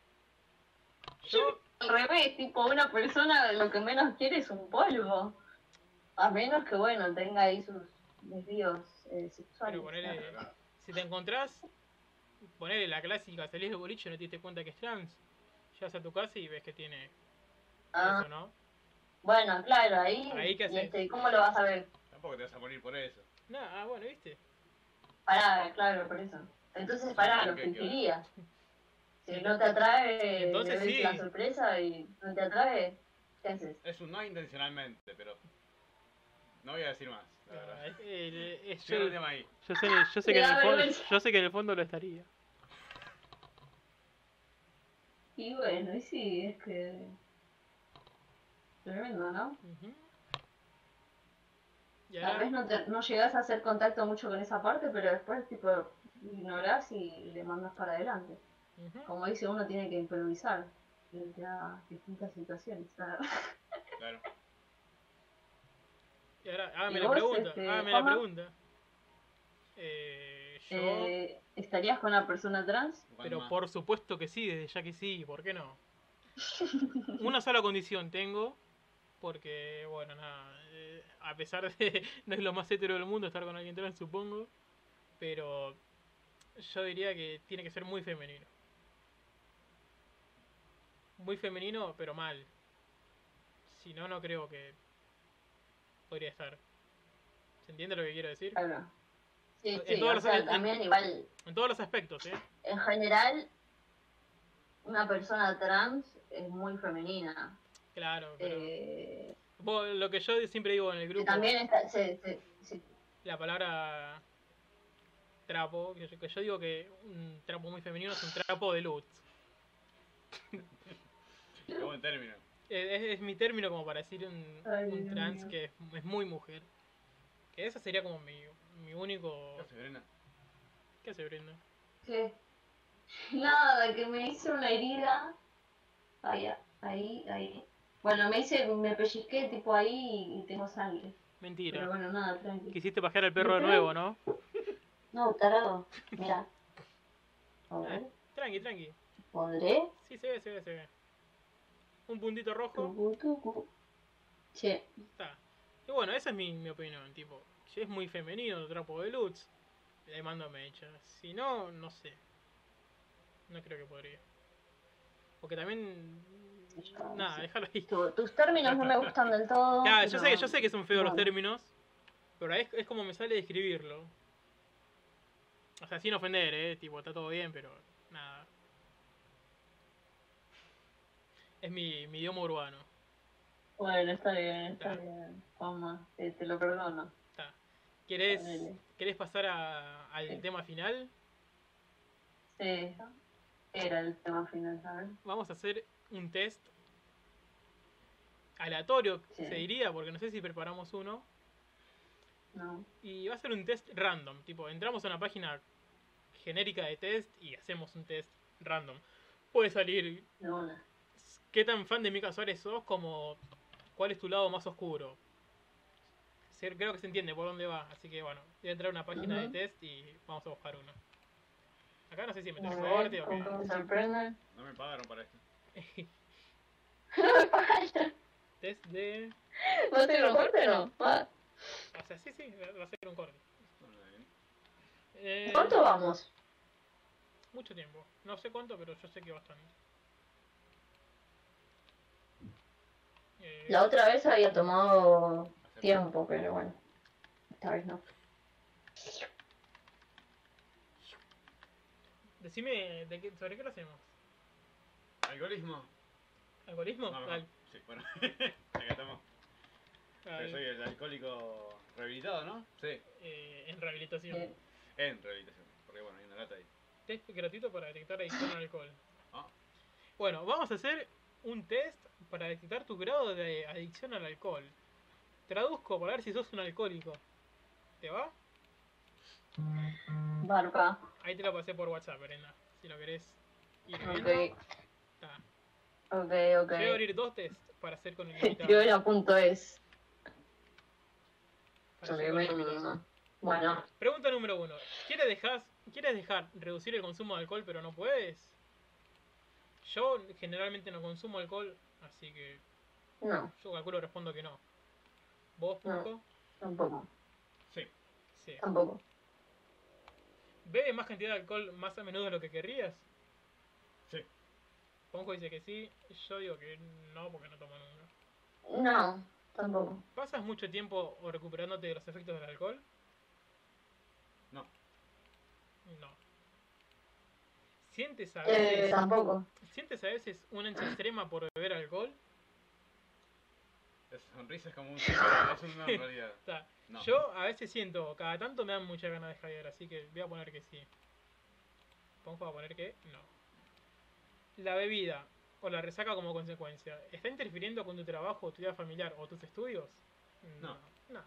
[SPEAKER 3] Yo, al revés, tipo, una persona lo que menos quiere es un polvo. A menos que, bueno, tenga ahí sus desvíos eh, sexuales.
[SPEAKER 1] Pero ponele, si te encontrás, ponele la clásica, salís de boliche y no te diste cuenta que es trans. Llegas a tu casa y ves que tiene
[SPEAKER 3] Ah,
[SPEAKER 1] eso, ¿no?
[SPEAKER 3] bueno, claro, ahí.
[SPEAKER 1] Ahí, ¿qué
[SPEAKER 3] y
[SPEAKER 1] haces?
[SPEAKER 3] este, ¿Cómo lo vas a ver?
[SPEAKER 4] Tampoco te vas a morir por eso.
[SPEAKER 1] No, ah, bueno, viste.
[SPEAKER 3] Pará, claro, por eso. Entonces, pará,
[SPEAKER 1] Ah,
[SPEAKER 4] Sí,
[SPEAKER 3] lo
[SPEAKER 4] que-
[SPEAKER 3] que
[SPEAKER 4] que-
[SPEAKER 3] quería. Si no te atrae,
[SPEAKER 1] Entonces
[SPEAKER 3] le ves
[SPEAKER 1] sí.
[SPEAKER 3] la sorpresa y no te atrae, ¿qué haces?
[SPEAKER 4] Es un no intencionalmente, pero. No voy a decir más, la verdad.
[SPEAKER 1] Ah, el- es- yo,
[SPEAKER 4] Cierro el tema ahí.
[SPEAKER 1] yo sé, yo sé
[SPEAKER 3] Me
[SPEAKER 1] que en
[SPEAKER 3] da
[SPEAKER 1] el fondo,
[SPEAKER 3] vergüenza.
[SPEAKER 1] yo sé que en el fondo lo estaría.
[SPEAKER 3] Y bueno, y sí, es que. Tremendo, ¿no?
[SPEAKER 1] Ujú. Y
[SPEAKER 3] Tal
[SPEAKER 1] ahora-
[SPEAKER 3] vez no, te- no llegas a hacer contacto mucho con esa parte, pero después, tipo, ignorás y le mandas para adelante.
[SPEAKER 1] ujú.
[SPEAKER 3] Como dice, uno tiene que improvisar frente a distintas situaciones.
[SPEAKER 4] Claro.
[SPEAKER 1] Y ahora, hágame
[SPEAKER 3] ¿Y
[SPEAKER 1] la
[SPEAKER 3] vos,
[SPEAKER 1] pregunta,
[SPEAKER 3] este,
[SPEAKER 1] hágame la
[SPEAKER 3] Juanma?
[SPEAKER 1] pregunta. Eh, yo,
[SPEAKER 3] Eh, ¿Estarías con una persona trans?
[SPEAKER 4] Juan
[SPEAKER 1] pero
[SPEAKER 4] Ma.
[SPEAKER 1] por supuesto que sí, desde ya que sí, ¿por qué no? Una sola condición tengo, porque, bueno, nada, eh, a pesar de no es lo más hetero del mundo estar con alguien trans, supongo, pero yo diría que tiene que ser muy femenino. Muy femenino, pero mal. Si no, no creo que podría estar. ¿Se entiende lo que quiero decir?
[SPEAKER 3] Claro. Sí,
[SPEAKER 1] En
[SPEAKER 3] sí,
[SPEAKER 1] todos
[SPEAKER 3] o
[SPEAKER 1] los-
[SPEAKER 3] sea,
[SPEAKER 1] en-
[SPEAKER 3] también igual,
[SPEAKER 1] En todos los aspectos, ¿eh?
[SPEAKER 3] en general, una persona trans es muy femenina.
[SPEAKER 1] Claro, pero...
[SPEAKER 3] Eh,
[SPEAKER 1] Vos, lo que yo siempre digo en el
[SPEAKER 3] que
[SPEAKER 1] grupo,
[SPEAKER 3] también está, se- se- se-
[SPEAKER 1] la palabra trapo, que yo, que yo digo que un trapo muy femenino es un trapo de luz.
[SPEAKER 4] Qué buen término.
[SPEAKER 1] Eh, Es, es mi término como para decir un,
[SPEAKER 3] Ay,
[SPEAKER 1] un
[SPEAKER 3] Dios
[SPEAKER 1] trans
[SPEAKER 3] mío.
[SPEAKER 1] que es, es muy mujer. Que esa sería como mi, mi único...
[SPEAKER 4] ¿Qué hace, Brena?
[SPEAKER 1] ¿Qué hace Brenda?
[SPEAKER 3] ¿Qué? Nada, que me hice una herida. Ahí, ahí, ahí. Bueno, me hice, me pellizqué tipo ahí y tengo sangre. Pero
[SPEAKER 1] Mentira.
[SPEAKER 3] bueno, nada, tranqui.
[SPEAKER 1] Quisiste pajear al perro de nuevo, ¿no?
[SPEAKER 2] No, tarado. Mira. A ver,
[SPEAKER 1] Tranqui, tranqui.
[SPEAKER 2] pondré.
[SPEAKER 1] Sí, se ve, se ve, se ve. Un puntito rojo.
[SPEAKER 2] Tucu, tucu. Che,
[SPEAKER 1] Está. Y bueno, esa es mi, mi opinión, tipo, si es muy femenino el trapo de Lutz, le mando mecha. Si no, no sé. No creo que podría. Porque también.
[SPEAKER 2] Yo-
[SPEAKER 1] Nada,
[SPEAKER 2] sí.
[SPEAKER 1] déjalo ahí.
[SPEAKER 2] tu- tus términos no me gustan del todo.
[SPEAKER 1] Claro, yo sé, que-
[SPEAKER 2] pero-
[SPEAKER 1] yo sé que son feos los
[SPEAKER 2] bueno.
[SPEAKER 1] términos, pero es, es como me sale describirlo. O sea, sin ofender, eh, tipo, está todo bien, pero nada. Es mi, mi idioma urbano.
[SPEAKER 3] Bueno, está bien,
[SPEAKER 1] está
[SPEAKER 3] bien. Toma, te, lo perdono.
[SPEAKER 1] Está. ¿Querés,
[SPEAKER 3] Ponele.
[SPEAKER 1] ¿Querés pasar a- al
[SPEAKER 3] Sí.
[SPEAKER 1] tema final?
[SPEAKER 3] Sí. Era el tema final, ¿sabes?
[SPEAKER 1] Vamos a hacer un test aleatorio,
[SPEAKER 3] Sí.
[SPEAKER 1] se diría, porque no sé si preparamos uno.
[SPEAKER 3] No.
[SPEAKER 1] Y va a ser un test random, tipo, entramos a una página genérica de test y hacemos un test random. Puede salir
[SPEAKER 3] De una.
[SPEAKER 1] qué tan fan de Mika Suárez sos como cuál es tu lado más oscuro. Se- Creo que se entiende por dónde va, así que bueno, voy a entrar a una página
[SPEAKER 3] Ujú.
[SPEAKER 1] de test y vamos a buscar uno. Acá no sé si me
[SPEAKER 2] A
[SPEAKER 1] tenés
[SPEAKER 2] ver,
[SPEAKER 1] fuerte o qué.
[SPEAKER 2] con que me sorprendan.
[SPEAKER 4] No me pagaron para esto.
[SPEAKER 1] Test de.
[SPEAKER 2] ¿Vos te lo cortes o no?
[SPEAKER 3] Ah,
[SPEAKER 2] Va.
[SPEAKER 1] O sea, sí, sí, va- va a ser un corte. Eh,
[SPEAKER 2] ¿Cuánto vamos?
[SPEAKER 1] Mucho tiempo. No sé cuánto, pero yo sé que bastante. Eh,
[SPEAKER 2] La otra vez había tomado tiempo, pero bueno. Esta vez no.
[SPEAKER 1] Decime, de qué, ¿sobre qué lo hacemos?
[SPEAKER 4] ¿Algoritmo?
[SPEAKER 1] ¿Algoritmo?
[SPEAKER 4] No, no,
[SPEAKER 1] Dale.
[SPEAKER 4] Sí, bueno. Acá estamos. Pero soy el alcohólico rehabilitado, ¿no? Sí,
[SPEAKER 1] eh, en rehabilitación.
[SPEAKER 3] Eh,
[SPEAKER 4] en rehabilitación. Porque bueno, hay una lata ahí.
[SPEAKER 1] Test gratuito para detectar adicción al alcohol.
[SPEAKER 4] Ah.
[SPEAKER 1] Bueno, vamos a hacer un test para detectar tu grado de adicción al alcohol. Traduzco para ver si sos un alcohólico. ¿Te va?
[SPEAKER 3] Barba.
[SPEAKER 1] Ahí te la pasé por WhatsApp, Brenda. Si lo querés ir viendo.
[SPEAKER 3] Ok,
[SPEAKER 1] Está.
[SPEAKER 3] ok, ok.
[SPEAKER 1] Voy a abrir dos test para hacer con el invitado.
[SPEAKER 3] Yo punto es.
[SPEAKER 1] para hacer con el invitado.
[SPEAKER 3] Bueno,
[SPEAKER 1] Pregunta número uno. ¿Quieres dejar, ¿Quieres dejar reducir el consumo de alcohol pero no puedes? Yo generalmente no consumo alcohol, así que
[SPEAKER 2] No,
[SPEAKER 1] yo calculo respondo que no. ¿Vos,
[SPEAKER 2] No.
[SPEAKER 1] Punco?
[SPEAKER 2] tampoco,
[SPEAKER 1] Sí. Sí.
[SPEAKER 2] tampoco.
[SPEAKER 1] ¿Bebes más cantidad de alcohol más a menudo de lo que querrías?
[SPEAKER 4] Sí.
[SPEAKER 1] Ponjo dice que sí, yo digo que no porque no tomo nunca.
[SPEAKER 2] No, tampoco.
[SPEAKER 1] ¿Pasas mucho tiempo o recuperándote de los efectos del alcohol?
[SPEAKER 4] No.
[SPEAKER 1] No. ¿Sientes a
[SPEAKER 2] Eh,
[SPEAKER 1] veces,
[SPEAKER 2] tampoco.
[SPEAKER 1] ¿sientes a veces una ansia extrema por beber alcohol?
[SPEAKER 4] Esa sonrisa es como un... es un no en realidad.
[SPEAKER 1] Está.
[SPEAKER 4] No.
[SPEAKER 1] Yo a veces siento, cada tanto me dan muchas ganas de Javier, así que voy a poner que sí. Ponjo va a poner que no. La bebida o la resaca como consecuencia, ¿está interfiriendo con tu trabajo, tu vida familiar o tus estudios?
[SPEAKER 4] No.
[SPEAKER 1] No.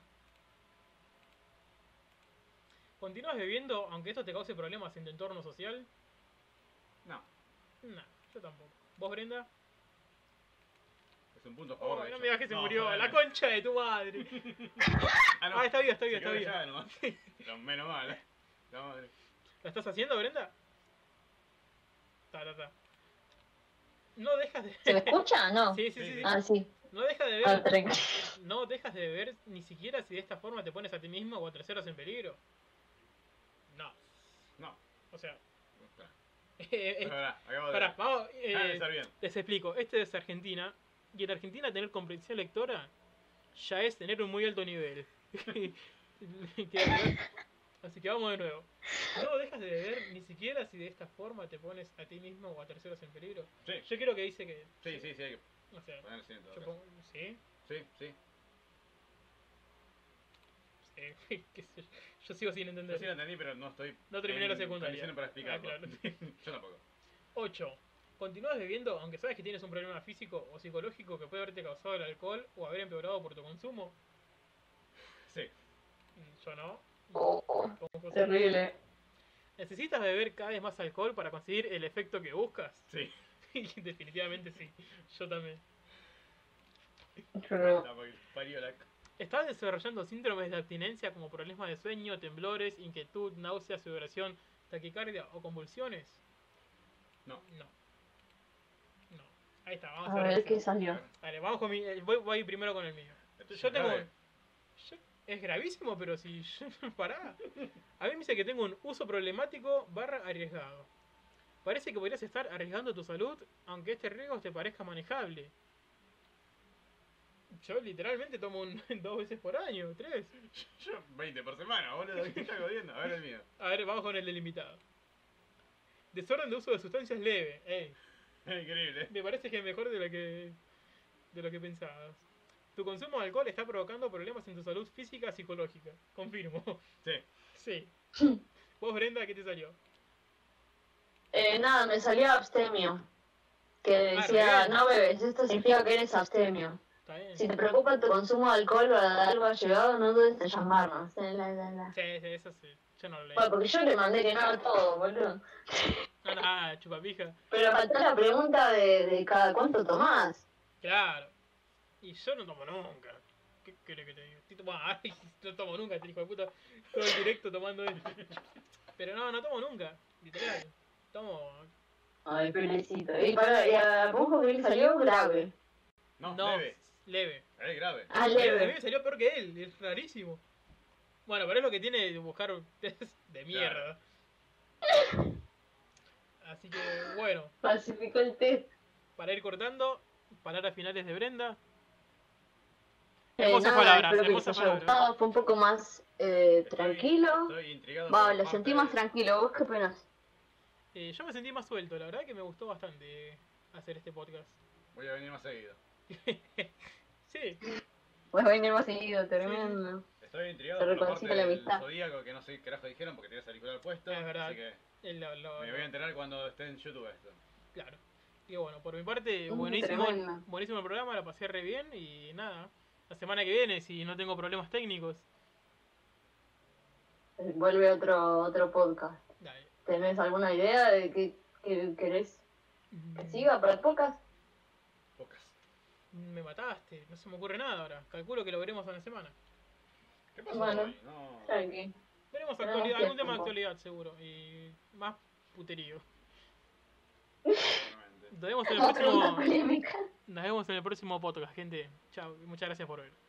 [SPEAKER 1] ¿Continúas bebiendo aunque esto te cause problemas en tu entorno social?
[SPEAKER 4] No,
[SPEAKER 1] No, yo tampoco. ¿Vos, Brenda?
[SPEAKER 4] es un punto a favor.
[SPEAKER 1] Oh,
[SPEAKER 4] de
[SPEAKER 1] no
[SPEAKER 4] hecho.
[SPEAKER 1] me digas que se
[SPEAKER 4] No,
[SPEAKER 1] murió.
[SPEAKER 4] joder,
[SPEAKER 1] La
[SPEAKER 4] no.
[SPEAKER 1] concha de tu madre.
[SPEAKER 4] Ah, no.
[SPEAKER 1] Ah, está viva, está
[SPEAKER 4] Se
[SPEAKER 1] viva, está
[SPEAKER 4] quedó
[SPEAKER 1] viva.
[SPEAKER 4] callada nomás. Pero menos mal, eh. La madre.
[SPEAKER 1] ¿La estás haciendo, Brenda? Ta, ta, ta. No dejas de...
[SPEAKER 2] ¿Se me escucha? No.
[SPEAKER 1] Sí, sí, sí, sí.
[SPEAKER 2] Ah, sí.
[SPEAKER 1] No dejas de
[SPEAKER 2] Ah,
[SPEAKER 1] ver...
[SPEAKER 2] tranqui.
[SPEAKER 1] No dejas de ver ni siquiera si de esta forma te pones a ti mismo o a terceros en peligro. No.
[SPEAKER 4] No.
[SPEAKER 1] O sea...
[SPEAKER 4] Espera,
[SPEAKER 1] eh, eh,
[SPEAKER 4] Pará, acabo de...
[SPEAKER 1] pará, vamos... eh,
[SPEAKER 4] Ah, está bien.
[SPEAKER 1] les explico. Este es Argentina. Y en Argentina tener comprensión lectora ya es tener un muy alto nivel. Que- Así que vamos de nuevo. No dejas de beber ni siquiera si de esta forma te pones a ti mismo o a terceros en peligro.
[SPEAKER 4] Sí,
[SPEAKER 1] Yo creo que dice que.
[SPEAKER 4] sí, sí, sí, hay
[SPEAKER 1] O sea,
[SPEAKER 4] que poner sí en todo
[SPEAKER 1] yo
[SPEAKER 4] caso.
[SPEAKER 1] pongo. Sí,
[SPEAKER 4] Sí, sí.
[SPEAKER 1] sí, qué sé yo. Yo sigo sin
[SPEAKER 4] Yo sí lo
[SPEAKER 1] entender.
[SPEAKER 4] entendí, pero no estoy...
[SPEAKER 1] No terminé la
[SPEAKER 4] en
[SPEAKER 1] secundaria.
[SPEAKER 4] condiciones para explicarlo.
[SPEAKER 1] Ah, claro.
[SPEAKER 4] Yo tampoco.
[SPEAKER 1] 8. Continúas bebiendo aunque sabes que tienes un problema físico o psicológico que puede haberte causado el alcohol o haber empeorado por tu consumo.
[SPEAKER 4] Sí.
[SPEAKER 1] Mm, Yo no.
[SPEAKER 2] Oh, oh,
[SPEAKER 1] Pongo sí.
[SPEAKER 2] terrible.
[SPEAKER 1] ¿Necesitas beber cada vez más alcohol para conseguir el efecto que buscas?
[SPEAKER 4] Sí.
[SPEAKER 1] Definitivamente sí. Yo también.
[SPEAKER 2] Yo no.
[SPEAKER 4] Está porque parió la...
[SPEAKER 1] ¿Estás desarrollando síndromes de abstinencia como problemas de sueño, temblores, inquietud, náuseas, vibración, taquicardia o convulsiones?
[SPEAKER 4] No.
[SPEAKER 1] No. No. Ahí está, vamos
[SPEAKER 2] A
[SPEAKER 1] a,
[SPEAKER 2] ver
[SPEAKER 1] ver.
[SPEAKER 2] qué salió.
[SPEAKER 1] Dale, vamos con mi. eh, Voy, voy primero con el mío. Yo tengo.
[SPEAKER 4] Grave.
[SPEAKER 1] yo- es gravísimo, pero si. yo- Pará. A mí me dice que tengo un uso problemático barra arriesgado. Parece que podrías estar arriesgando tu salud, aunque este riesgo te parezca manejable. Yo literalmente tomo un, dos veces por año, tres.
[SPEAKER 4] Yo 20 por semana, boludo. ¿Qué estás jodiendo? A ver el mío.
[SPEAKER 1] A ver, vamos con el del invitado. Desorden de uso de sustancias leve. Ey,
[SPEAKER 4] Increíble.
[SPEAKER 1] me parece que es mejor de lo que, de lo que pensabas. Tu consumo de alcohol está provocando problemas en tu salud física y psicológica. Confirmo.
[SPEAKER 4] Sí.
[SPEAKER 1] Sí. Vos, Brenda, ¿qué te salió?
[SPEAKER 2] Eh, nada, me salía abstemio. Que decía,
[SPEAKER 1] bien.
[SPEAKER 2] no bebes, esto significa que eres abstemio.
[SPEAKER 1] Está bien.
[SPEAKER 2] Si te preocupa tu consumo de alcohol o de algo allegado, no dudes en llamarnos. La, la, la, la.
[SPEAKER 1] Sí, sí, eso sí. Yo no lo leí.
[SPEAKER 2] Bueno, porque yo le mandé que no a todo, boludo.
[SPEAKER 1] Ah, nah, chupapija.
[SPEAKER 2] Pero faltó la pregunta de, de cada cuánto tomás.
[SPEAKER 1] Claro. Y yo no tomo nunca. ¿Qué querés que te diga? Estoy tomando- Ay, no tomo nunca, este hijo de puta. Todo el directo tomando él. Pero no, no tomo nunca. Literal. Tomo.
[SPEAKER 2] Ay, pobrecito. Y para, y a Ponjo que le salió grave.
[SPEAKER 4] No,
[SPEAKER 1] No,
[SPEAKER 4] leve.
[SPEAKER 1] leve.
[SPEAKER 4] Es grave.
[SPEAKER 2] Ah,
[SPEAKER 1] A mí
[SPEAKER 2] leve.
[SPEAKER 1] me salió peor que él, es rarísimo. Bueno, pero es lo que tiene de buscar un test de mierda. Así que, bueno,
[SPEAKER 2] Falsificó el test.
[SPEAKER 1] para ir cortando, palabras finales de Brenda.
[SPEAKER 2] Eh,
[SPEAKER 1] Hermosas
[SPEAKER 2] nada,
[SPEAKER 1] palabras,
[SPEAKER 2] espero que les
[SPEAKER 1] hermosas
[SPEAKER 2] haya
[SPEAKER 1] palabras.
[SPEAKER 2] gustado. Ah, Fue un poco más eh,
[SPEAKER 4] Estoy-
[SPEAKER 2] tranquilo.
[SPEAKER 4] Estoy intrigado.
[SPEAKER 2] Va,
[SPEAKER 4] por
[SPEAKER 2] lo
[SPEAKER 4] parte
[SPEAKER 2] sentí más
[SPEAKER 4] de-
[SPEAKER 2] tranquilo. ¿Vos qué opinas?
[SPEAKER 1] Eh, yo me sentí más suelto, la verdad que me gustó bastante hacer este podcast.
[SPEAKER 4] Voy a venir más seguido.
[SPEAKER 1] Sí,
[SPEAKER 3] Pues venimos seguido, tremendo.
[SPEAKER 4] Estoy intrigado
[SPEAKER 3] Se
[SPEAKER 4] por la parte
[SPEAKER 3] reconcilia la
[SPEAKER 4] del
[SPEAKER 3] amistad.
[SPEAKER 4] Zodíaco, que no sé qué carajo dijeron porque tenía esa auricular puesto.
[SPEAKER 1] Es verdad.
[SPEAKER 4] Así que
[SPEAKER 1] El- lo- lo-
[SPEAKER 4] me voy a enterar cuando esté en YouTube esto.
[SPEAKER 1] Claro. Y bueno, por mi parte,
[SPEAKER 3] Mm,
[SPEAKER 1] buenísimo,
[SPEAKER 3] tremendo.
[SPEAKER 1] buenísimo el programa, la pasé re bien y nada. La semana que viene, si no tengo problemas técnicos,
[SPEAKER 3] Vuelve otro, otro podcast.
[SPEAKER 1] dale.
[SPEAKER 3] ¿Tenés alguna idea de qué, qué querés que
[SPEAKER 1] Mm,
[SPEAKER 3] siga para el podcast?
[SPEAKER 4] Pocas.
[SPEAKER 1] Me mataste, no se me ocurre nada ahora. Calculo que lo veremos en la semana.
[SPEAKER 4] ¿Qué pasó
[SPEAKER 3] Bueno.
[SPEAKER 4] hoy? No.
[SPEAKER 3] Tranqui.
[SPEAKER 1] Veremos
[SPEAKER 3] Tenemos
[SPEAKER 1] actualidad, algún
[SPEAKER 3] tiempo.
[SPEAKER 1] tema de actualidad seguro. Y más puterío.
[SPEAKER 4] seguramente.
[SPEAKER 1] Nos vemos en el
[SPEAKER 3] Otra
[SPEAKER 1] próximo,
[SPEAKER 3] pregunta polémica.
[SPEAKER 1] nos vemos en el próximo podcast, gente. Chao, y muchas gracias por ver.